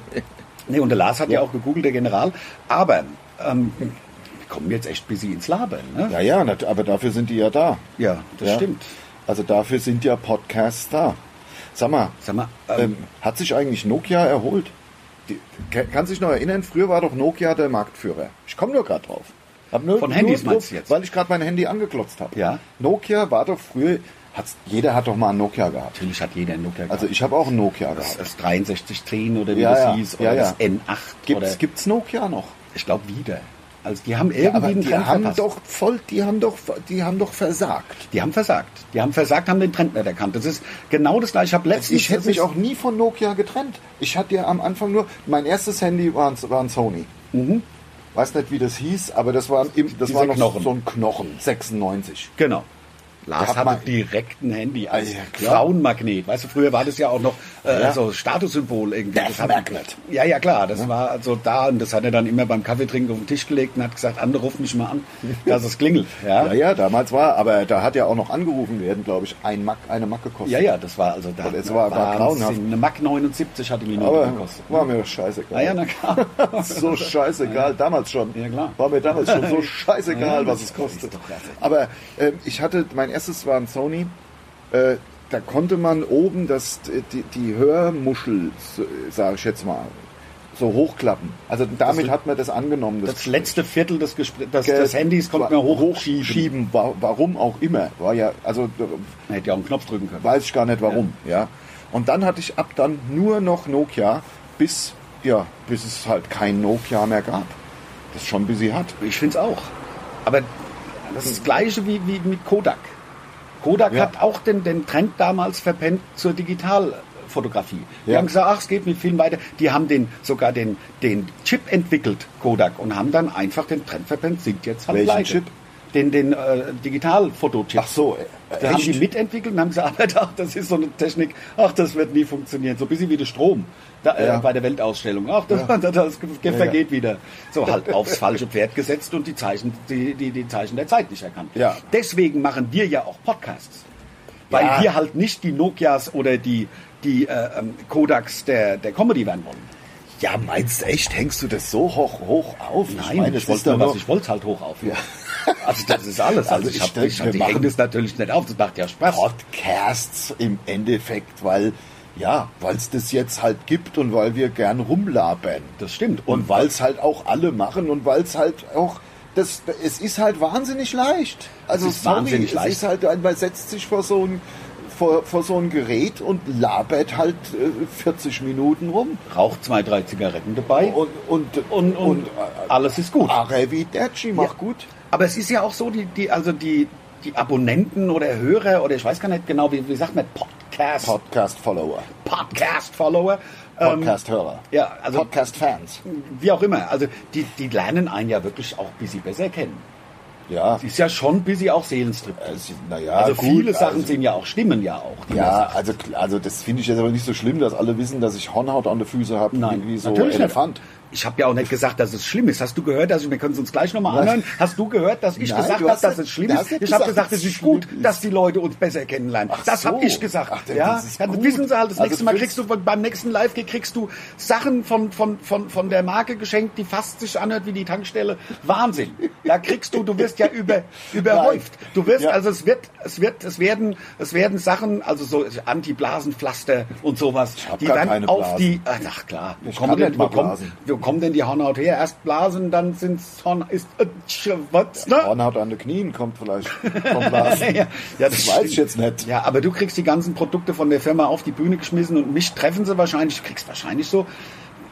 B: nee, und der Lars hat ja, auch gegoogelt, der General. Aber ähm, wir kommen jetzt echt busy ins Labern. Ne?
A: Ja, ja, nat- aber dafür sind die ja da.
B: Ja, das
A: Ja.
B: stimmt.
A: Also dafür sind ja Podcasts da. Sag mal,
B: Sag mal, ähm,
A: ähm, hat sich eigentlich Nokia erholt? Die, kann, kann sich noch erinnern, früher war doch Nokia der Marktführer. Ich komme nur gerade drauf. Hab nur,
B: Von Handys
A: nur
B: meinst du jetzt?
A: Weil ich gerade mein Handy angeklotzt habe.
B: Ja.
A: Nokia war doch früher, hat's, jeder hat doch mal ein Nokia gehabt.
B: natürlich hat jeder einen Nokia
A: Also
B: gehabt.
A: ich habe auch ein Nokia
B: das,
A: gehabt.
B: das 6310 oder wie
A: Ja,
B: das
A: ja.
B: hieß,
A: Ja,
B: oder
A: ja.
B: das N8.
A: Gibt's,
B: oder,
A: gibt's Nokia noch?
B: ich glaube wieder. Also die haben irgendwie
A: Aber
B: den
A: die
B: Trend
A: haben
B: verpasst.
A: doch voll, die haben doch, die haben doch versagt.
B: die haben versagt. Die haben versagt, haben den Trend nicht erkannt. Das ist genau das gleiche. Ich habe letztens...
A: Also Ich hätte
B: das
A: mich
B: ist-
A: auch nie von Nokia getrennt. Ich hatte ja am Anfang nur, mein erstes Handy war ein, war ein Sony. Weiß nicht, wie das hieß, aber das war, im, das
B: Dieser
A: war noch
B: Mhm. Knochen.
A: so ein Knochen, 96.
B: Genau. Lars
A: Hab mal-
B: hatte direkt ein Handy als
A: Ah, ja, klar.
B: Frauenmagnet. Weißt du, früher war das ja auch noch äh,
A: Ja.
B: so Statussymbol irgendwie.
A: Death
B: hat-
A: Magnet.
B: Ja, ja, klar. Das war also da und das hat er dann immer beim Kaffeetrinken auf den Tisch gelegt und hat gesagt, andere rufen mich mal an, dass es klingelt. Ja,
A: Ja, ja, damals war, aber da hat ja auch noch angerufen werden, glaube ich, ein Mack, eine Mack gekostet.
B: Ja, ja, das war also da.
A: Aber es war- war grauenhaft.
B: Eine Mac 79 hat die Minute
A: Aber
B: gekostet.
A: war mir scheißegal.
B: Ah ja, na klar.
A: so scheißegal, damals schon.
B: Ja, klar.
A: War mir damals schon so scheißegal, was es kostet. Aber ähm, ich hatte, mein erstes war ein Sony. Äh, da konnte man oben das, die, die Hörmuschel, sage ich jetzt mal, so hochklappen. Also damit hat man das angenommen.
B: Das letzte Viertel des, Gespr des,
A: Ge-
B: des Handys konnte man hochschieben.
A: hochschieben. wa- Warum auch immer. War ja, also
B: Man hätte ja auch einen Knopf drücken können.
A: weiß ich gar nicht warum, ja. Und dann hatte ich ab dann nur noch Nokia, bis, ja, bis es halt kein Nokia mehr gab. Das ist schon busy hat.
B: Ich finde es auch. Aber das ist das Gleiche wie, wie mit Kodak. Kodak
A: Ja.
B: hat auch den, den Trend damals verpennt zur Digitalfotografie. Die
A: Ja.
B: haben gesagt, ach, es geht mit Film weiter. Die haben den, sogar den, den Chip entwickelt, Kodak, und haben dann einfach den Trend verpennt, sind jetzt halt
A: Welchen
B: pleite.
A: Chip?
B: Den, den äh, Digitalfotochip.
A: Ach so, äh,
B: Da haben die
A: echt?
B: mitentwickelt und haben gesagt, ach, das ist so eine Technik, ach, das wird nie funktionieren. So ein bisschen wie der Strom da, äh,
A: Ja.
B: bei der Weltausstellung. Ach, das, das, das vergeht wieder. So halt aufs falsche Pferd gesetzt und die Zeichen, die, die, die Zeichen der Zeit nicht erkannt.
A: Ja.
B: Deswegen machen wir ja auch Podcasts. Weil
A: Ja.
B: wir halt nicht die Nokias oder die, die äh, ähm, Kodaks der, der Comedy werden wollen.
A: Ja, meinst du echt, hängst du das so hoch, hoch auf?
B: Nein, ich,
A: das ist
B: wollte
A: doch
B: nur, was
A: nur-
B: ich wollte halt hoch auf. Also das ist alles. Also,
A: Also
B: ich,
A: ich
B: hab,
A: denke,
B: ich, hab-
A: wir
B: ich hänge
A: machen-
B: das natürlich nicht auf, das macht ja Spaß.
A: Podcasts im Endeffekt, weil ja, weil es das jetzt halt gibt und weil wir gern rumlabern.
B: Das stimmt.
A: Und weil es halt auch alle machen und weil es halt auch das, es ist halt wahnsinnig leicht. Also
B: Es ist
A: sorry,
B: wahnsinnig
A: es
B: leicht.
A: ist halt, ein- man setzt sich vor so ein vor, vor so ein Gerät und labert halt äh, 40 Minuten rum.
B: raucht zwei, drei Zigaretten dabei
A: Und und Ah.
B: und, und, alles ist gut.
A: Arrivederci, mach
B: Ja.
A: gut.
B: Aber es ist ja auch so, die, die, also die, die Abonnenten oder Hörer oder ich weiß gar nicht genau, wie, wie sagt man, Podcast,
A: Podcast-Follower,
B: Podcast-Follower. ähm,
A: Podcast-Hörer,
B: ja, also-
A: Podcast-Fans.
B: wie auch immer. Also die, die lernen einen ja wirklich auch ein bisschen besser kennen.
A: Ja,
B: Ist ja schon ein bisschen auch Seelenstrip.
A: also, naja,
B: also
A: gut,
B: viele Sachen
A: also-
B: sind ja auch, stimmen ja auch. die man
A: Ja,
B: sagt.
A: also, also das finde ich jetzt aber nicht so schlimm, dass alle wissen, dass ich Hornhaut an der Füße habe,
B: Nein,
A: wie, wie so
B: natürlich
A: Elefant.
B: Nicht. Ich habe ja auch nicht gesagt, dass es schlimm ist. Hast du gehört, dass ich, wir können es uns gleich nochmal anhören, hast du gehört, dass ich
A: Nein,
B: gesagt
A: du
B: habe,
A: hast
B: dass
A: nicht-
B: es schlimm
A: du
B: ist?
A: hast nicht
B: Ich habe
A: gesagt,
B: gesagt,
A: dass
B: es
A: es
B: ist gut,
A: schlimm ist.
B: dass die Leute uns besser kennenlernen.
A: Ach
B: das habe
A: so.
B: ich gesagt.
A: Ach, dann
B: ja,
A: ist es
B: dann
A: gut.
B: wissen sie halt, das
A: Also
B: nächste Mal
A: du
B: kriegst du von, beim nächsten Live kriegst du Sachen von, von, von, von der Marke geschenkt, die fast sich anhört wie die Tankstelle. Wahnsinn. Da kriegst du, du wirst ja über, überhäuft.
A: Nein.
B: Du wirst,
A: Ja.
B: also es wird, es wird, es werden, es werden Sachen, also so Anti-Blasenpflaster und sowas,
A: hab
B: die
A: gar
B: dann
A: keine
B: auf
A: Blasen.
B: die Ah, Ach klar, wo
A: Ich
B: kommen,
A: kann
B: denn,
A: nicht
B: wo,
A: mal
B: kommen,
A: blasen.
B: wo kommen denn die Hornhaut her? Erst blasen, dann sind's Horn ist äh, tsch, was, ne?
A: Hornhaut an den Knien kommt vielleicht vom Blasen.
B: Ja,
A: das weiß ich
B: stimmt.
A: jetzt nicht.
B: Ja, aber du kriegst die ganzen Produkte von der Firma auf die Bühne geschmissen und mich treffen sie wahrscheinlich, du kriegst wahrscheinlich so.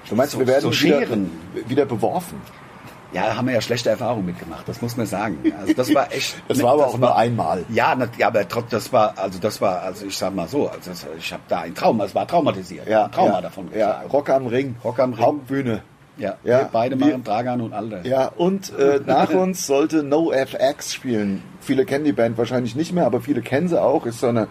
A: Du meinst,
B: so,
A: wir werden
B: so Scheren.
A: wieder, wieder beworfen.
B: Ja, da haben wir ja schlechte Erfahrungen mitgemacht, das muss man sagen. Also das war echt.
A: Das war aber auch nur einmal.
B: Ja, na, ja, aber trotz, das war, also das war, also ich sag mal so, also das, ich habe da ein Trauma, es war traumatisiert, ein Trauma
A: ja,
B: davon
A: Ja,
B: getragen.
A: Rock am Ring.
B: Rock am Ring.
A: Hauptbühne.
B: Ja,
A: Ja,
B: wir beide
A: wir-
B: machen Dragan und Alter.
A: Ja, und äh, nach uns sollte NoFX spielen. Viele kennen die Band wahrscheinlich nicht mehr, aber viele kennen sie auch. Ist so eine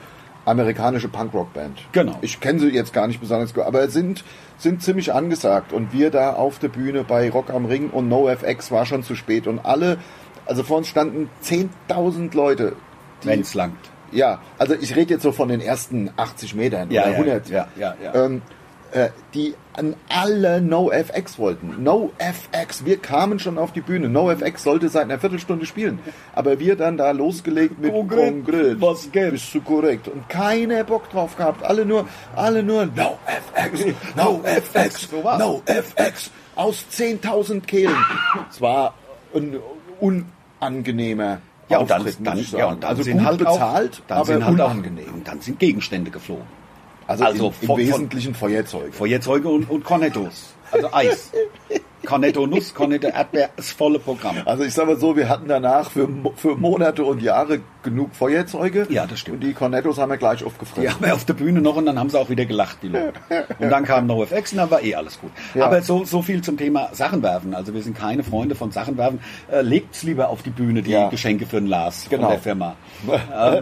A: amerikanische Punkrock-Band.
B: Genau.
A: Ich kenne sie jetzt gar nicht besonders gut, aber sind, sind ziemlich angesagt. Und wir da auf der Bühne bei Rock am Ring und NoFX war schon zu spät. Und alle, also vor uns standen 10.000 Leute. die-
B: Wenn's langt.
A: Ja, also ich rede jetzt so von den ersten 80 Metern
B: Ja,
A: oder
B: ja,
A: 100.
B: ja, ja, ja.
A: Ähm, äh, die an alle NoFX wollten. NoFX, wir kamen schon auf die Bühne. NoFX sollte seit einer Viertelstunde spielen. Aber wir dann da losgelegt mit
B: Kongrett, was geht?
A: Bist du korrekt? Und keiner Bock drauf gehabt. Alle nur, alle nur NoFX, NoFX,
B: So war's.
A: NoFX. Aus 10.000 Kehlen. Es war ein unangenehmer
B: Ja, und dann,
A: Auftritt, muss
B: dann,
A: ich
B: ja,
A: sagen.
B: und dann
A: also
B: sind
A: gut
B: halt
A: bezahlt,
B: auch, dann
A: aber
B: sind halt
A: unangenehm.
B: Auch, und dann sind Gegenstände geflogen.
A: also
B: also
A: im, im
B: von- von-
A: Wesentlichen Feuerzeuge.
B: Feuerzeuge und, und Cornettos. Also Eis. Cornetto Nuss, Cornetto Erdbeer, das volle Programm.
A: Also ich sage mal so, wir hatten danach für, Mo- für Monate und Jahre genug Feuerzeuge.
B: Ja, das stimmt.
A: Und die Cornettos haben wir gleich aufgefressen.
B: Die haben wir auf der Bühne noch und dann haben sie auch wieder gelacht, die Leute. Und dann kam NoFX und dann war eh alles gut.
A: Ja.
B: Aber so, so viel zum Thema Sachenwerfen. Also wir sind keine Freunde von Sachenwerfen. Äh, legt's lieber auf die Bühne, die
A: Ja.
B: Geschenke für den Lars
A: Genau.
B: von der Firma.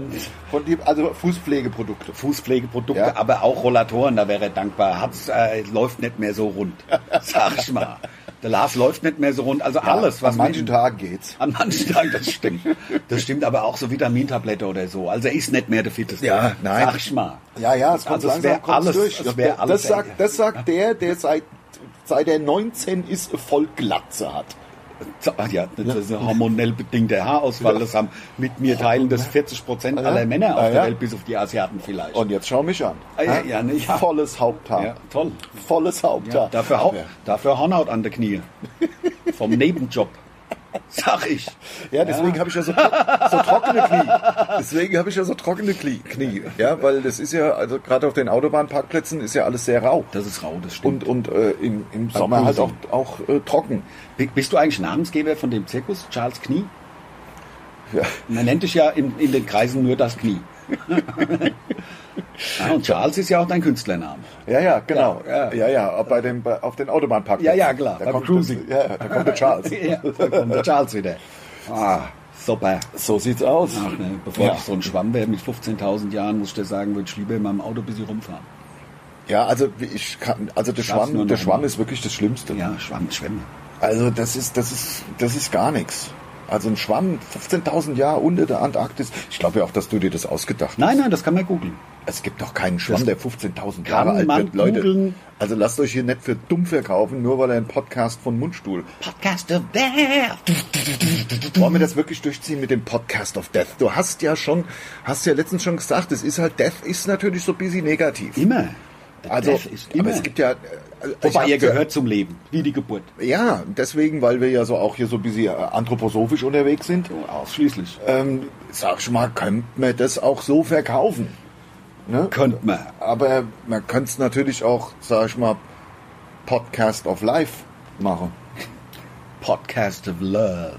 A: Von die, also Fußpflegeprodukte.
B: Fußpflegeprodukte,
A: Ja.
B: aber auch Rollatoren, da wäre er dankbar. Hat's, äh, läuft nicht mehr so rund, sag ich mal. Der Lars läuft nicht mehr so rund. Also alles, was
A: An manchen
B: mit-
A: Tagen geht's.
B: An manchen Tagen, das stimmt. Das stimmt, aber auch so Vitamintablette oder so. Also er ist nicht mehr der Fitteste.
A: Ja, nein.
B: Sag ich mal.
A: Ja, ja, es kommt
B: Also es
A: langsam
B: wär
A: kommt's
B: alles-
A: durch.
B: es
A: Das,
B: wär alles
A: das, sagt,
B: Ende.
A: das sagt der, der seit, seit er 19 ist, voll Glatze hat.
B: So, ach ja, das ist ein hormonell bedingter Haarausfall. Das haben mit mir teilen das 40 Prozent
A: Ja.
B: aller Männer auf
A: Ja,
B: der
A: ja.
B: Welt, bis auf die Asiaten vielleicht.
A: Und jetzt schau mich an.
B: Ah, ja, ja, ne, ja.
A: Volles Haupthaar.
B: Ja, toll.
A: Volles Haupthaar.
B: ja, dafür, hau, dafür Hornhaut an der Knie. Vom Nebenjob. Sag ich.
A: Ja, deswegen habe ich ja so, tro- so trockene Knie. Deswegen habe ich ja so trockene Knie. Knie. Ja, weil das ist ja, also gerade auf den Autobahnparkplätzen ist ja alles sehr rau.
B: Das ist rau, das stimmt.
A: Und, und äh, im, im Sommer halt auch, auch äh, trocken.
B: B- Bist du eigentlich Namensgeber von dem Zirkus, Charles Knie?
A: Ja.
B: Man nennt dich ja in, in den Kreisen nur das Knie. ja, und Charles ist ja auch dein Künstlername.
A: Ja, ja, genau.
B: Ja,
A: Ja,
B: ja.
A: ja, auch bei dem, bei, auf den Autobahnparkplätzen.
B: Ja, ja, klar,
A: Da
B: beim
A: kommt
B: Cruising.
A: Das, ja, da kommt der Charles.
B: ja, da kommt der Charles wieder. Ah, super.
A: So sieht's aus.
B: Ach, ne, bevor
A: Ja.
B: ich so ein Schwamm wäre mit 15.000 Jahren, muss ich dir sagen, würde ich lieber in meinem Auto ein bisschen rumfahren.
A: Ja, also wie ich kann, also der
B: darf's nur
A: Schwamm, der
B: noch
A: Schwamm
B: mal.
A: ist wirklich das Schlimmste.
B: Ja, Schwamm, Schwämme.
A: Also das ist, das ist, das ist gar nichts. Also ein Schwamm, 15.000 Jahre unter der Antarktis. Ich glaube ja auch, dass du dir das ausgedacht hast.
B: Nein, nein, das kann man googeln.
A: Es gibt doch keinen Schwamm,
B: Das
A: der 15.000
B: kann
A: Jahre alt
B: man
A: wird, Leute.
B: googeln.
A: Also lasst euch hier nicht für dumm verkaufen, nur weil er einen Podcast von Mundstuhl.
B: Podcast of Death.
A: Wollen wir das wirklich durchziehen mit dem Podcast of Death? Du hast ja schon, hast ja letztens schon gesagt, es ist halt, Death ist natürlich so busy negativ.
B: Immer. Der
A: Also,
B: Death ist immer.
A: aber es gibt ja... äh, ich
B: Wobei,
A: hab
B: ihr
A: ja-
B: gehört zum Leben, wie die Geburt.
A: Ja, deswegen, weil wir ja so auch hier so busy äh, anthroposophisch unterwegs sind.
B: Ausschließlich.
A: ähm, sag ich mal, könnte man das auch so verkaufen. Ne?
B: Könnt man.
A: Aber man könnte es natürlich auch, sag ich mal, Podcast of Life machen.
B: Podcast of Love.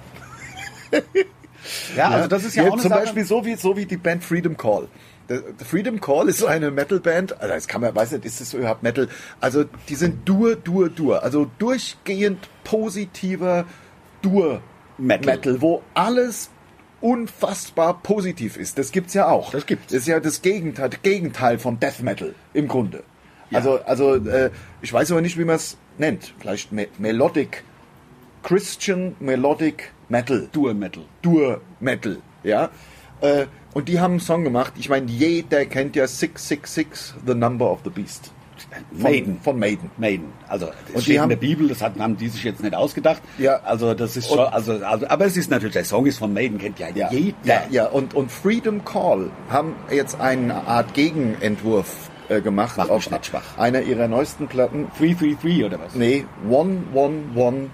B: ja, also das ist ja, auch eine
A: zum
B: Sache.
A: Beispiel so wie, so wie die Band Freedom Call. Der- der Freedom Call ist eine Metalband, also das kann man, weiß nicht, ist das überhaupt Metal? Also die sind dur, dur, dur, also durchgehend positiver dur
B: Metal.
A: Metal, wo alles unfassbar positiv ist. Das gibt's ja auch.
B: Das gibt's.
A: Ist ja das Gegenteil, Gegenteil von Death Metal im Grunde. Also, also äh, ich weiß aber nicht, wie man es nennt. Vielleicht Me Melodic Christian Melodic Metal.
B: Dur Metal.
A: Dur Metal, ja. Äh, und die haben einen Song gemacht. Ich meine, jeder kennt ja 666, The Number of the Beast. Von
B: Maiden.
A: Von Maiden.
B: Maiden. Also das
A: Und
B: steht
A: die
B: in
A: haben-
B: der Bibel, das hat, haben die sich jetzt nicht ausgedacht.
A: Ja.
B: Also das ist schon, also, also aber es ist natürlich, der Song ist von Maiden, kennt ja,
A: Ja,
B: jeder.
A: ja, ja. Und, und Freedom Call haben jetzt eine Art Gegenentwurf äh, gemacht.
B: Macht mich nicht schwach.
A: Einer ihrer neuesten Platten.
B: 333 oder was?
A: Nee, 111,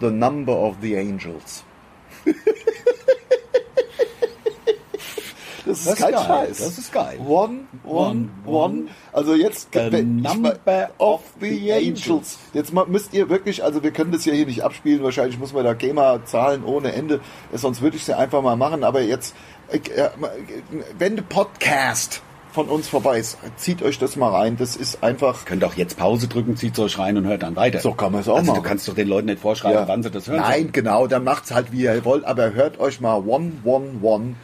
A: The Number of the Angels. Das ist,
B: Das ist
A: kein
B: geil,
A: Scheiß.
B: das ist geil.
A: One, one, one. Also jetzt
B: The
A: ich-
B: number
A: of
B: of
A: the,
B: the
A: angels.
B: angels.
A: Jetzt mal, müsst ihr wirklich, also wir können das ja hier nicht abspielen. Wahrscheinlich muss man da GEMA zahlen ohne Ende. Äh, Sonst würde ich es ja einfach mal machen. Aber jetzt, äh, äh, wenn der Podcast von uns vorbei ist, zieht euch das mal rein. Das ist einfach
B: Könnt auch jetzt Pause drücken, zieht euch rein und hört dann weiter.
A: So kann man es auch
B: also, Du
A: machen.
B: kannst doch den Leuten nicht vorschreiben,
A: Ja.
B: wann sie das hören.
A: Nein,
B: sollen.
A: genau, dann macht's halt wie ihr wollt, aber hört euch mal 111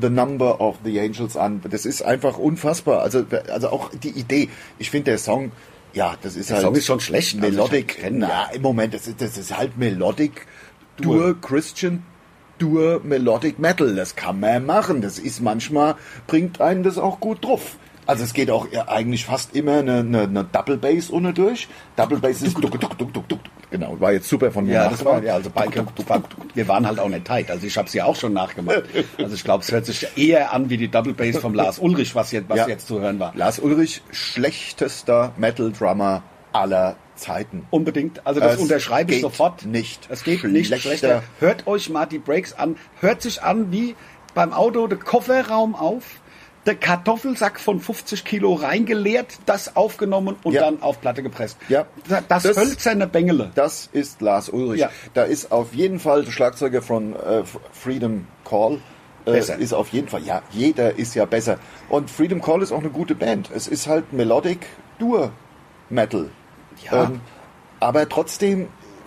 A: The Number of the Angels an. Das ist einfach unfassbar. Also, also auch die Idee. Ich finde der Song, ja, das ist halt.
B: Song ist schon schlecht, also ich
A: Melodic.
B: hab- kenn-
A: na,
B: ja.
A: Ah, im Moment, das ist, das ist halt Melodic, Dur, Christian, Dur, Melodic Metal. Das kann man machen. Das ist manchmal, bringt einen das auch gut drauf. Also es geht auch eigentlich fast immer eine, eine, eine Double Bass ohne durch. Double Bass ist duck, duck, duck, duck, duck. Genau, war jetzt super von mir.
B: Ja, das
A: nachgemacht.
B: war, ja, also beide, wir waren halt auch nicht tight. Also ich habe sie ja auch schon nachgemacht. Also ich glaube, es hört sich eher an wie die Double Bass vom Lars Ulrich, was jetzt, was
A: Ja.
B: jetzt zu hören war.
A: Lars Ulrich, schlechtester Metal-Drummer aller Zeiten.
B: Unbedingt. Also das
A: Es
B: unterschreibe ich
A: geht
B: sofort.
A: nicht
B: Es geht nicht
A: schlechter.
B: schlechter. Hört euch mal die Breaks an. Hört sich an wie beim Auto der Kofferraum auf. den Kartoffelsack von 50 Kilo reingeleert, das aufgenommen und
A: Ja.
B: dann auf Platte gepresst.
A: Ja.
B: Da- Das,
A: Das-
B: das hölzerne Bengele.
A: Das ist Lars Ulrich.
B: Ja.
A: Da ist auf jeden Fall der Schlagzeuger von äh, F- Freedom Call. äh,
B: Besser.
A: Ist auf jeden Fall, ja, jeder ist ja besser. Und Freedom Call ist auch eine gute Band. Es ist halt Melodic Dur Metal.
B: Ja.
A: Ähm, aber trotzdem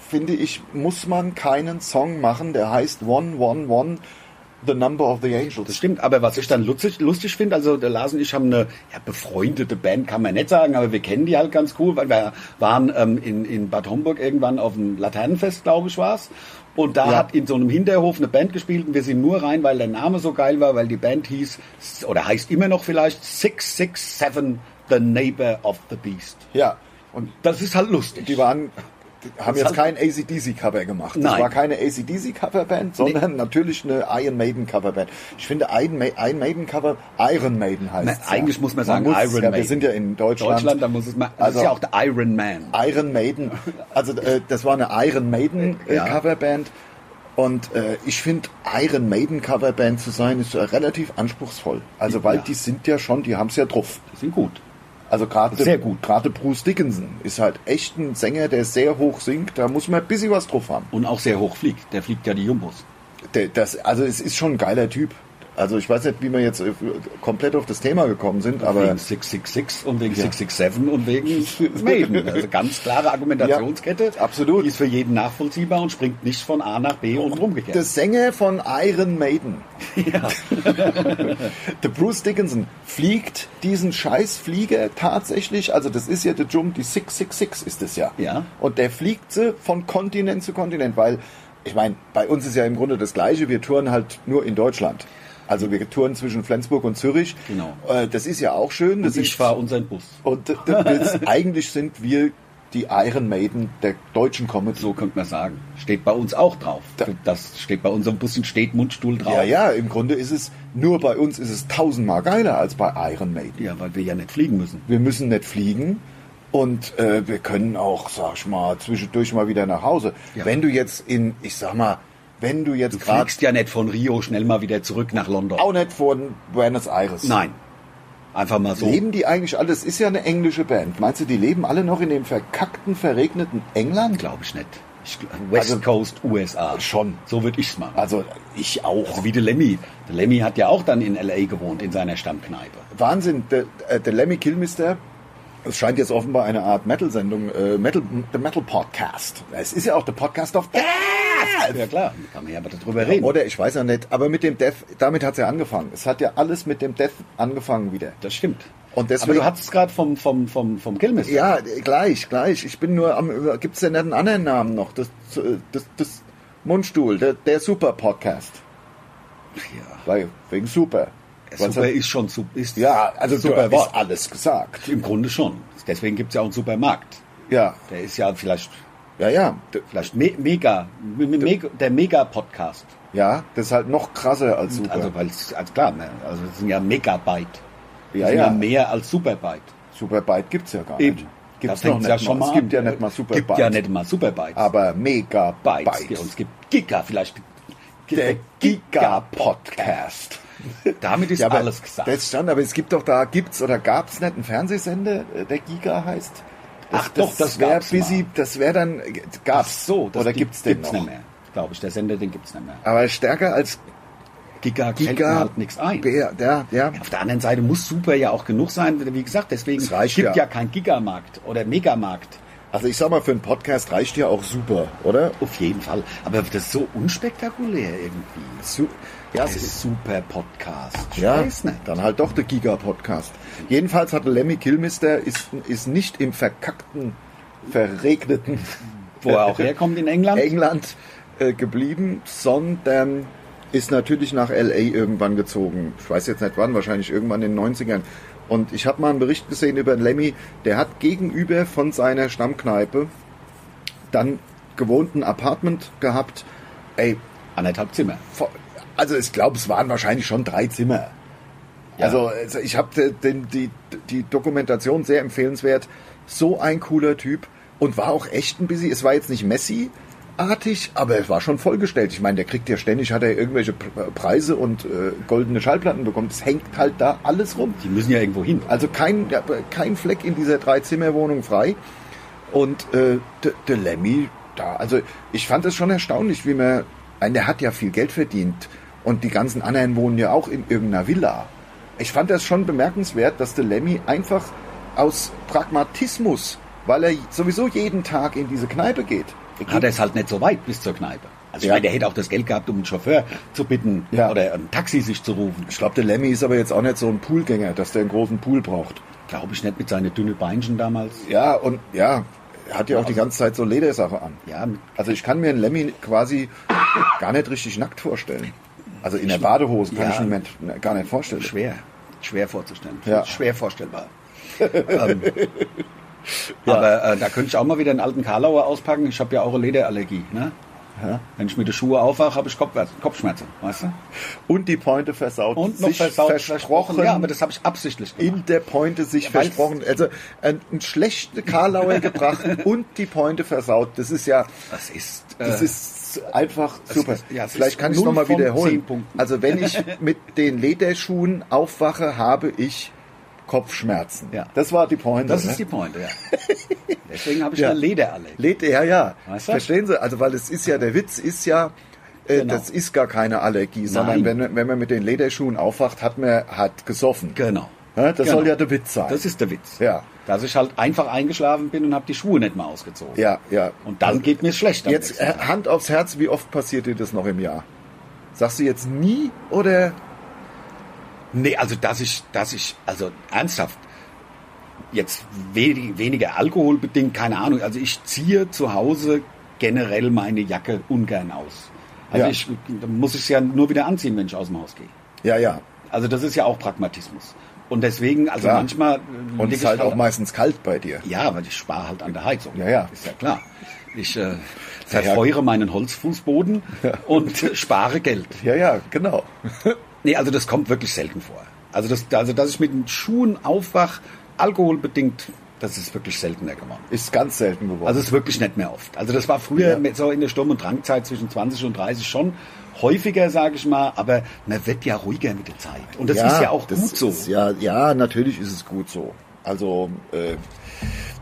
A: finde ich, muss man keinen Song machen, der heißt One One One The Number of the
B: Das
A: Angels.
B: stimmt, aber was ich dann lustig, lustig finde, also der Lars und ich haben eine ja, befreundete Band, kann man nicht sagen, aber wir kennen die halt ganz cool, weil wir waren ähm, in, in Bad Homburg irgendwann auf dem Laternenfest, glaube ich, war's. Und da
A: Ja.
B: hat in so einem Hinterhof eine Band gespielt und wir sind nur rein, weil der Name so geil war, weil die Band hieß, oder heißt immer noch vielleicht, 667 The Neighbor of the Beast.
A: Ja. Und
B: Das ist halt lustig.
A: die waren, die haben
B: Das
A: jetzt
B: hat-
A: kein ACDC-Cover gemacht. Das
B: Nein.
A: war keine ACDC-Coverband, sondern natürlich eine Iron Maiden-Coverband. Ich finde Iron, Ma Iron Maiden-Cover, Iron Maiden heißt
B: Na,
A: es,
B: eigentlich muss man sagen Iron
A: ja, Wir
B: Maiden.
A: sind ja in Deutschland.
B: Deutschland, da muss es mal, das
A: Also-
B: ist ja auch der Iron Man.
A: Iron Maiden, also äh, das war eine Iron Maiden äh,
B: Ja.
A: Coverband und äh, ich finde Iron Maiden Coverband zu sein ist äh, relativ anspruchsvoll. Also weil
B: Ja.
A: die sind ja schon, die haben's ja drauf.
B: Die sind gut.
A: Also gerade
B: Sehr gut.
A: gerade Bruce Dickinson ist halt echt ein Sänger, der sehr hoch singt. Da muss man ein bisschen was drauf haben.
B: Und auch sehr hoch fliegt. Der fliegt ja die Jumbos.
A: Der, das, also es ist schon ein geiler Typ. Also ich weiß nicht, wie wir jetzt äh, komplett auf das Thema gekommen sind, aber
B: wegen 666 und wegen 667 und wegen Maiden. Also ganz klare Argumentationskette.
A: Ja, absolut.
B: Die ist für jeden nachvollziehbar und springt nicht von A nach B und umgekehrt.
A: der Sänger von Iron Maiden, der Bruce Dickinson, fliegt diesen Scheißflieger tatsächlich, also das ist ja der Jump, die 666 ist es ja.
B: Ja.
A: Und der fliegt sie von Kontinent zu Kontinent, weil, ich meine, bei uns ist ja im Grunde das Gleiche, wir touren halt nur in Deutschland. Also wir touren zwischen Flensburg und Zürich.
B: Genau.
A: Äh, das ist ja auch schön. Das
B: und ich
A: ist-
B: fahre unseren Bus.
A: Und d- d- das, eigentlich sind wir die Iron Maiden der deutschen Comedy.
B: So könnte man sagen. Steht bei uns auch drauf.
A: Da-
B: das steht bei unserem Bussen steht Mundstuhl drauf.
A: Ja, ja, im Grunde ist es, nur bei uns ist es tausendmal geiler als bei Iron Maiden.
B: Ja, weil wir ja nicht fliegen müssen.
A: Wir müssen nicht fliegen und äh, wir können auch, sag ich mal, zwischendurch mal wieder nach Hause.
B: Ja.
A: Wenn du jetzt in, ich sag mal, wenn du jetzt
B: Du
A: gerade
B: fliegst ja nicht von Rio schnell mal wieder zurück nach London.
A: auch nicht von Buenos Aires.
B: Nein. Einfach mal so.
A: Leben die eigentlich alle? Das ist ja eine englische Band. Meinst du, die leben alle noch in dem verkackten, verregneten England?
B: Glaube ich nicht. Ich, gl- West
A: Also-
B: Coast, USA.
A: Schon.
B: So würde ich's machen.
A: Also ich auch.
B: Also wie der Lemmy. Der Lemmy hat ja auch dann in L.A. gewohnt, in seiner Stammkneipe.
A: Wahnsinn, der, äh, der Lemmy Kilmister, es scheint jetzt offenbar eine Art Metal-Sendung, äh, Metal, der Metal-Podcast. Es ist ja auch der Podcast of Death.
B: Ja klar, kann man ja aber darüber reden.
A: Oder ich weiß ja nicht, aber mit dem Death, damit hat's ja angefangen. Es hat ja alles mit dem Death angefangen wieder.
B: das stimmt.
A: Und deswegen-
B: aber du hattest es gerade vom, vom, vom, vom Kilmister.
A: Ja, äh, gleich, gleich. Ich bin nur am, über- gibt's denn einen anderen Namen noch? Das, äh, das, das Mundstuhl, der, der Super-Podcast.
B: Ja.
A: Weil, wegen Super. Weil's
B: Super
A: halt-
B: ist schon super. Ist
A: ja, also
B: super
A: du hast
B: Wort.
A: alles gesagt.
B: Im Grunde schon. Deswegen gibt es ja auch einen Supermarkt.
A: Ja,
B: Der ist ja vielleicht,
A: ja, ja. D-
B: vielleicht me mega, me me der Mega-Podcast.
A: Ja, das ist halt noch krasser als Super.
B: Also, weil es, also klar, ne, also es sind ja Megabyte. Das
A: Ja,
B: sind
A: ja.
B: ja mehr als Superbyte.
A: Superbite gibt's ja gar
B: Eben.
A: nicht.
B: Da
A: Gibt's noch nicht
B: fängt's ja
A: mal.
B: schon mal
A: es gibt ja
B: an.
A: nicht mal Superbyte. Ah,
B: Gibt ja nicht mal Superbytes.
A: Aber Megabyte.
B: Bytes. Und es gibt Giga vielleicht.
A: Der Giga-Podcast.
B: Damit ist
A: aber
B: alles gesagt.
A: Das stand, aber es gibt doch da, gibt's oder gab's nicht einen Fernsehsender, äh, der Giga heißt?
B: Ach doch, das
A: wär
B: gab's
A: busy,
B: mal.
A: das wäre dann, äh, gab's.
B: so, das
A: oder
B: gibt-
A: gibt's den
B: gibt's
A: noch?
B: nicht mehr. Glaube ich, der Sender, den gibt's nicht mehr.
A: Aber stärker als
B: Giga, fällt mir
A: Giga.
B: halt nichts ein.
A: Bär, ja, ja.
B: Auf der anderen Seite muss Super ja auch genug sein, wie gesagt, deswegen
A: Es reicht
B: gibt
A: ja.
B: ja. kein Gigamarkt oder Megamarkt.
A: Also ich sag mal, für einen Podcast reicht ja auch super, oder?
B: Auf jeden Fall. Aber das ist so unspektakulär irgendwie.
A: Su ja,
B: Ja,
A: es ist
B: super Podcast. Ich
A: Ja,
B: weiß nicht.
A: dann halt doch der Giga-Podcast. Jedenfalls hat Lemmy Kilmister ist, ist nicht im verkackten, verregneten
B: Wo er auch herkommt in England.
A: England äh, geblieben, sondern ist natürlich nach L.A. irgendwann gezogen. Ich weiß jetzt nicht wann, wahrscheinlich irgendwann in den 90ern. Und ich habe mal einen Bericht gesehen über den Lemmy, der hat gegenüber von seiner Stammkneipe dann gewohnten Apartment gehabt. Ey,
B: Anderthalb Zimmer.
A: vor- also ich glaube, es waren wahrscheinlich schon drei Zimmer.
B: Ja.
A: Also also ich habe den, die, die Dokumentation sehr empfehlenswert. So ein cooler Typ und war auch echt ein bisschen, es war jetzt nicht Messi, abartig, aber es war schon vollgestellt. Ich meine, der kriegt ja ständig, hat er irgendwelche Pre- Preise und äh, goldene Schallplatten bekommen. Es hängt halt da alles rum.
B: Die müssen ja irgendwo hin.
A: Also kein, ja, kein Fleck in dieser Dreizimmerwohnung frei. Und äh, der der Lemmy da, also ich fand es schon erstaunlich, wie man, nein, der hat ja viel Geld verdient und die ganzen anderen wohnen ja auch in irgendeiner Villa. Ich fand das schon bemerkenswert, dass der Lemmy einfach aus Pragmatismus, weil er sowieso jeden Tag in diese Kneipe geht. Er
B: Hat er es halt nicht so weit bis zur Kneipe. Also ich
A: Ja.
B: meine, der hätte auch das Geld gehabt, um einen Chauffeur zu bitten
A: Ja.
B: oder ein Taxi sich zu rufen.
A: Ich glaube, der Lemmy ist aber jetzt auch nicht so ein Poolgänger, dass der einen großen Pool braucht.
B: Glaube ich nicht mit seinen dünnen Beinchen damals.
A: Ja, und ja, er hat ja auch die ganze Zeit so Ledersache an.
B: Ja, mit-
A: Also ich kann mir einen Lemmy quasi gar nicht richtig nackt vorstellen. Also in der Badehose kann
B: Ja.
A: ich ihn mir gar nicht vorstellen.
B: schwer. Schwer vorzustellen.
A: Ja.
B: Schwer vorstellbar. ähm, Aber äh, da könnte ich auch mal wieder einen alten Karlauer auspacken. Ich habe ja auch eine Lederallergie. Ne? Wenn ich mit den Schuhen aufwache, habe ich Kopfwär- Kopfschmerzen. Weißt du?
A: Und die Pointe versaut.
B: Und noch
A: sich
B: versaut
A: versprochen.
B: Ja, aber das habe ich absichtlich gemacht.
A: in der Pointe sich
B: weil's-
A: versprochen. Also ein, ein schlechten Karlauer gebracht und die Pointe versaut. Das ist ja,
B: Das ist. Äh,
A: das ist einfach super.
B: ist- ja, es
A: Vielleicht
B: ist
A: kann ich
B: null
A: nochmal
B: von
A: wiederholen.
B: zehn Punkten.
A: Also wenn ich mit den Lederschuhen aufwache, habe ich Kopfschmerzen.
B: Ja.
A: Das war die Pointe.
B: das
A: ne?
B: ist die Pointe, ja. Deswegen habe ich
A: Ja.
B: eine Lederallergie.
A: Lädt ja, ja.
B: Weißt du?
A: Verstehen Sie? Also, weil es ist ja, der Witz ist ja, äh,
B: Genau.
A: das ist gar keine Allergie, sondern wenn, wenn man mit den Lederschuhen aufwacht, hat man hat gesoffen.
B: Genau.
A: Ja, das
B: Genau.
A: soll ja der Witz sein.
B: Das ist der Witz.
A: Ja.
B: Dass ich halt einfach eingeschlafen bin und habe die Schuhe nicht mehr ausgezogen.
A: ja, ja.
B: Und dann geht mir schlecht. am
A: Jetzt
B: nächsten
A: äh,
B: Tag.
A: Hand aufs Herz, wie oft passiert dir das noch im Jahr? Sagst du jetzt nie oder?
B: Nee, also dass ich, dass ich, also ernsthaft, jetzt we weniger Alkohol bedingt, keine Ahnung. Also ich ziehe zu Hause generell meine Jacke ungern aus. Also
A: Ja.
B: ich da muss ich es ja nur wieder anziehen, wenn ich aus dem Haus gehe.
A: Ja, ja.
B: Also das ist ja auch Pragmatismus. Und deswegen, also
A: Klar.
B: manchmal. äh,
A: Und
B: leg
A: es ist
B: ich
A: halt auch
B: an-
A: meistens kalt bei dir.
B: Ja, weil ich spare halt an der Heizung.
A: Ja, ja.
B: Ist ja klar. Ich äh, verfeuere meinen Holzfußboden und spare Geld.
A: Ja, ja, genau.
B: Nee, also das kommt wirklich selten vor. Also, das, also dass ich mit den Schuhen aufwach, alkoholbedingt, das ist wirklich seltener geworden.
A: Ist ganz selten geworden.
B: Also es ist wirklich nicht mehr oft. Also das war früher
A: Ja.
B: mit so in der Sturm- und Drangzeit zwischen 20 und 30 schon häufiger, sage ich mal, aber man wird ja ruhiger mit der Zeit. Und das ist ja auch
A: das
B: gut so.
A: Ist, ja, ja, natürlich ist es gut so. Also, äh,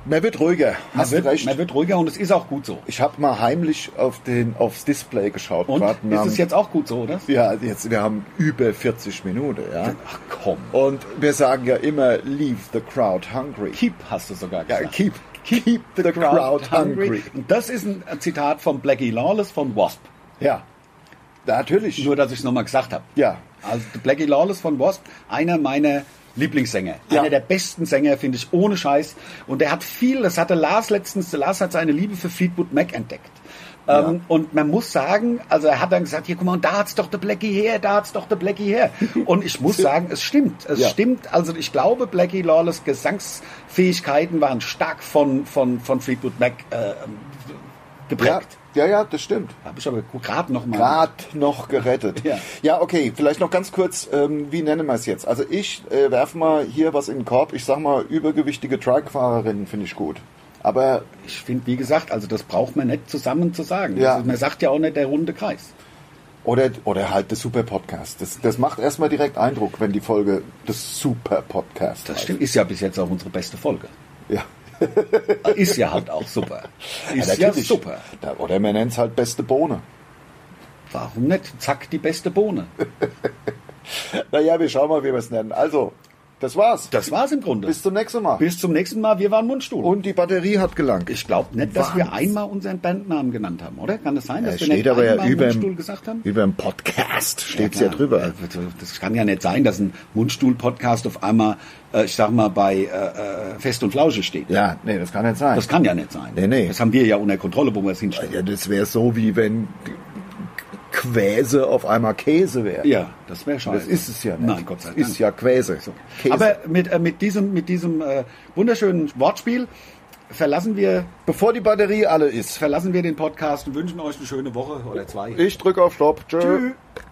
A: man wird ruhiger.
B: man,
A: Hast du
B: wird,
A: recht.
B: man wird ruhiger und es ist auch gut so.
A: Ich habe mal heimlich auf den, aufs Display geschaut.
B: Und
A: Grad
B: ist
A: nahm-
B: es jetzt auch gut so, oder?
A: Ja, jetzt, wir haben über 40 Minuten, ja.
B: Ach komm.
A: Und wir sagen ja immer, leave the crowd hungry.
B: Keep hast du sogar
A: Ja,
B: gesagt.
A: keep, keep the, crowd, hungry.
B: Und das ist ein Zitat von Blackie Lawless von Wasp.
A: Ja, natürlich.
B: Nur, dass ich es nochmal gesagt habe.
A: Ja.
B: Also Blackie Lawless von Wasp, einer meiner Lieblingssänger.
A: Ja.
B: Einer der besten Sänger, finde ich, ohne Scheiß. Und er hat viel, das hatte Lars letztens, der Lars hat seine Liebe für Fleetwood Mac entdeckt. Ähm, Und man muss sagen, also er hat dann gesagt, hier guck mal, und da hat's doch der Blackie her, da hat's doch der Blackie her. Und ich muss sagen, es stimmt, es
A: Ja.
B: stimmt. Also ich glaube, Blackie Lawless Gesangsfähigkeiten waren stark von von von Fleetwood Mac äh,
A: ja,
B: geprägt.
A: ja, ja, das stimmt.
B: Hab ich aber gerade noch mal.
A: Grad noch gerettet.
B: Ja.
A: ja, okay, vielleicht noch ganz kurz, ähm, wie nennen wir es jetzt? Also ich äh, werf mal hier was in den Korb. Ich sag mal, übergewichtige Truckfahrerinnen finde ich gut. Aber
B: Ich finde, wie gesagt, also das braucht man nicht zusammen zu sagen.
A: Ja.
B: Also man sagt ja auch nicht der runde Kreis.
A: Oder, oder halt das Super Podcast. Das, das macht erstmal direkt Eindruck, wenn die Folge das Super Podcast heißt.
B: Ist ja bis jetzt auch unsere beste Folge.
A: Ja.
B: Ist ja halt auch super.
A: Ja,
B: Ist ja,
A: natürlich.
B: super.
A: Da, oder man nennt's halt beste Bohne.
B: Warum nicht? Zack, die beste Bohne.
A: Naja, wir schauen mal, wie wir es nennen. Also, das war's.
B: Das war's im Grunde.
A: Bis zum nächsten Mal.
B: Bis zum nächsten Mal. Wir waren Mundstuhl.
A: Und die Batterie hat gelangt.
B: ich glaube nicht, dass wir
A: Wahnsinn.
B: einmal unseren Bandnamen genannt haben, oder? Kann das sein, dass
A: Ja,
B: wir
A: steht
B: nicht
A: aber ja
B: einmal
A: überm-
B: Mundstuhl gesagt haben?
A: Über den Podcast steht's ja,
B: klar.
A: drüber.
B: Äh, Das kann ja nicht sein, dass ein Mundstuhl-Podcast auf einmal, äh, ich sag mal, bei äh, äh, Fest und Flausche steht.
A: Ja, nee, das kann nicht sein.
B: Das kann ja nicht sein.
A: Nee, nee.
B: Das haben wir ja unter Kontrolle, wo wir es hinstellen.
A: ja, das wäre so, wie wenn Quäse auf einmal Käse wäre.
B: Ja, das wäre scheiße.
A: Das ist es ja nicht.
B: Nein, Gott sei Dank.
A: Ist ja Quäse. Käse.
B: Aber mit, äh, mit diesem, mit diesem äh, wunderschönen Wortspiel verlassen wir,
A: Bevor die Batterie alle ist,
B: verlassen wir den Podcast und wünschen euch eine schöne Woche oder zwei.
A: ich drücke auf Stopp. Tschö.
B: Tschüss.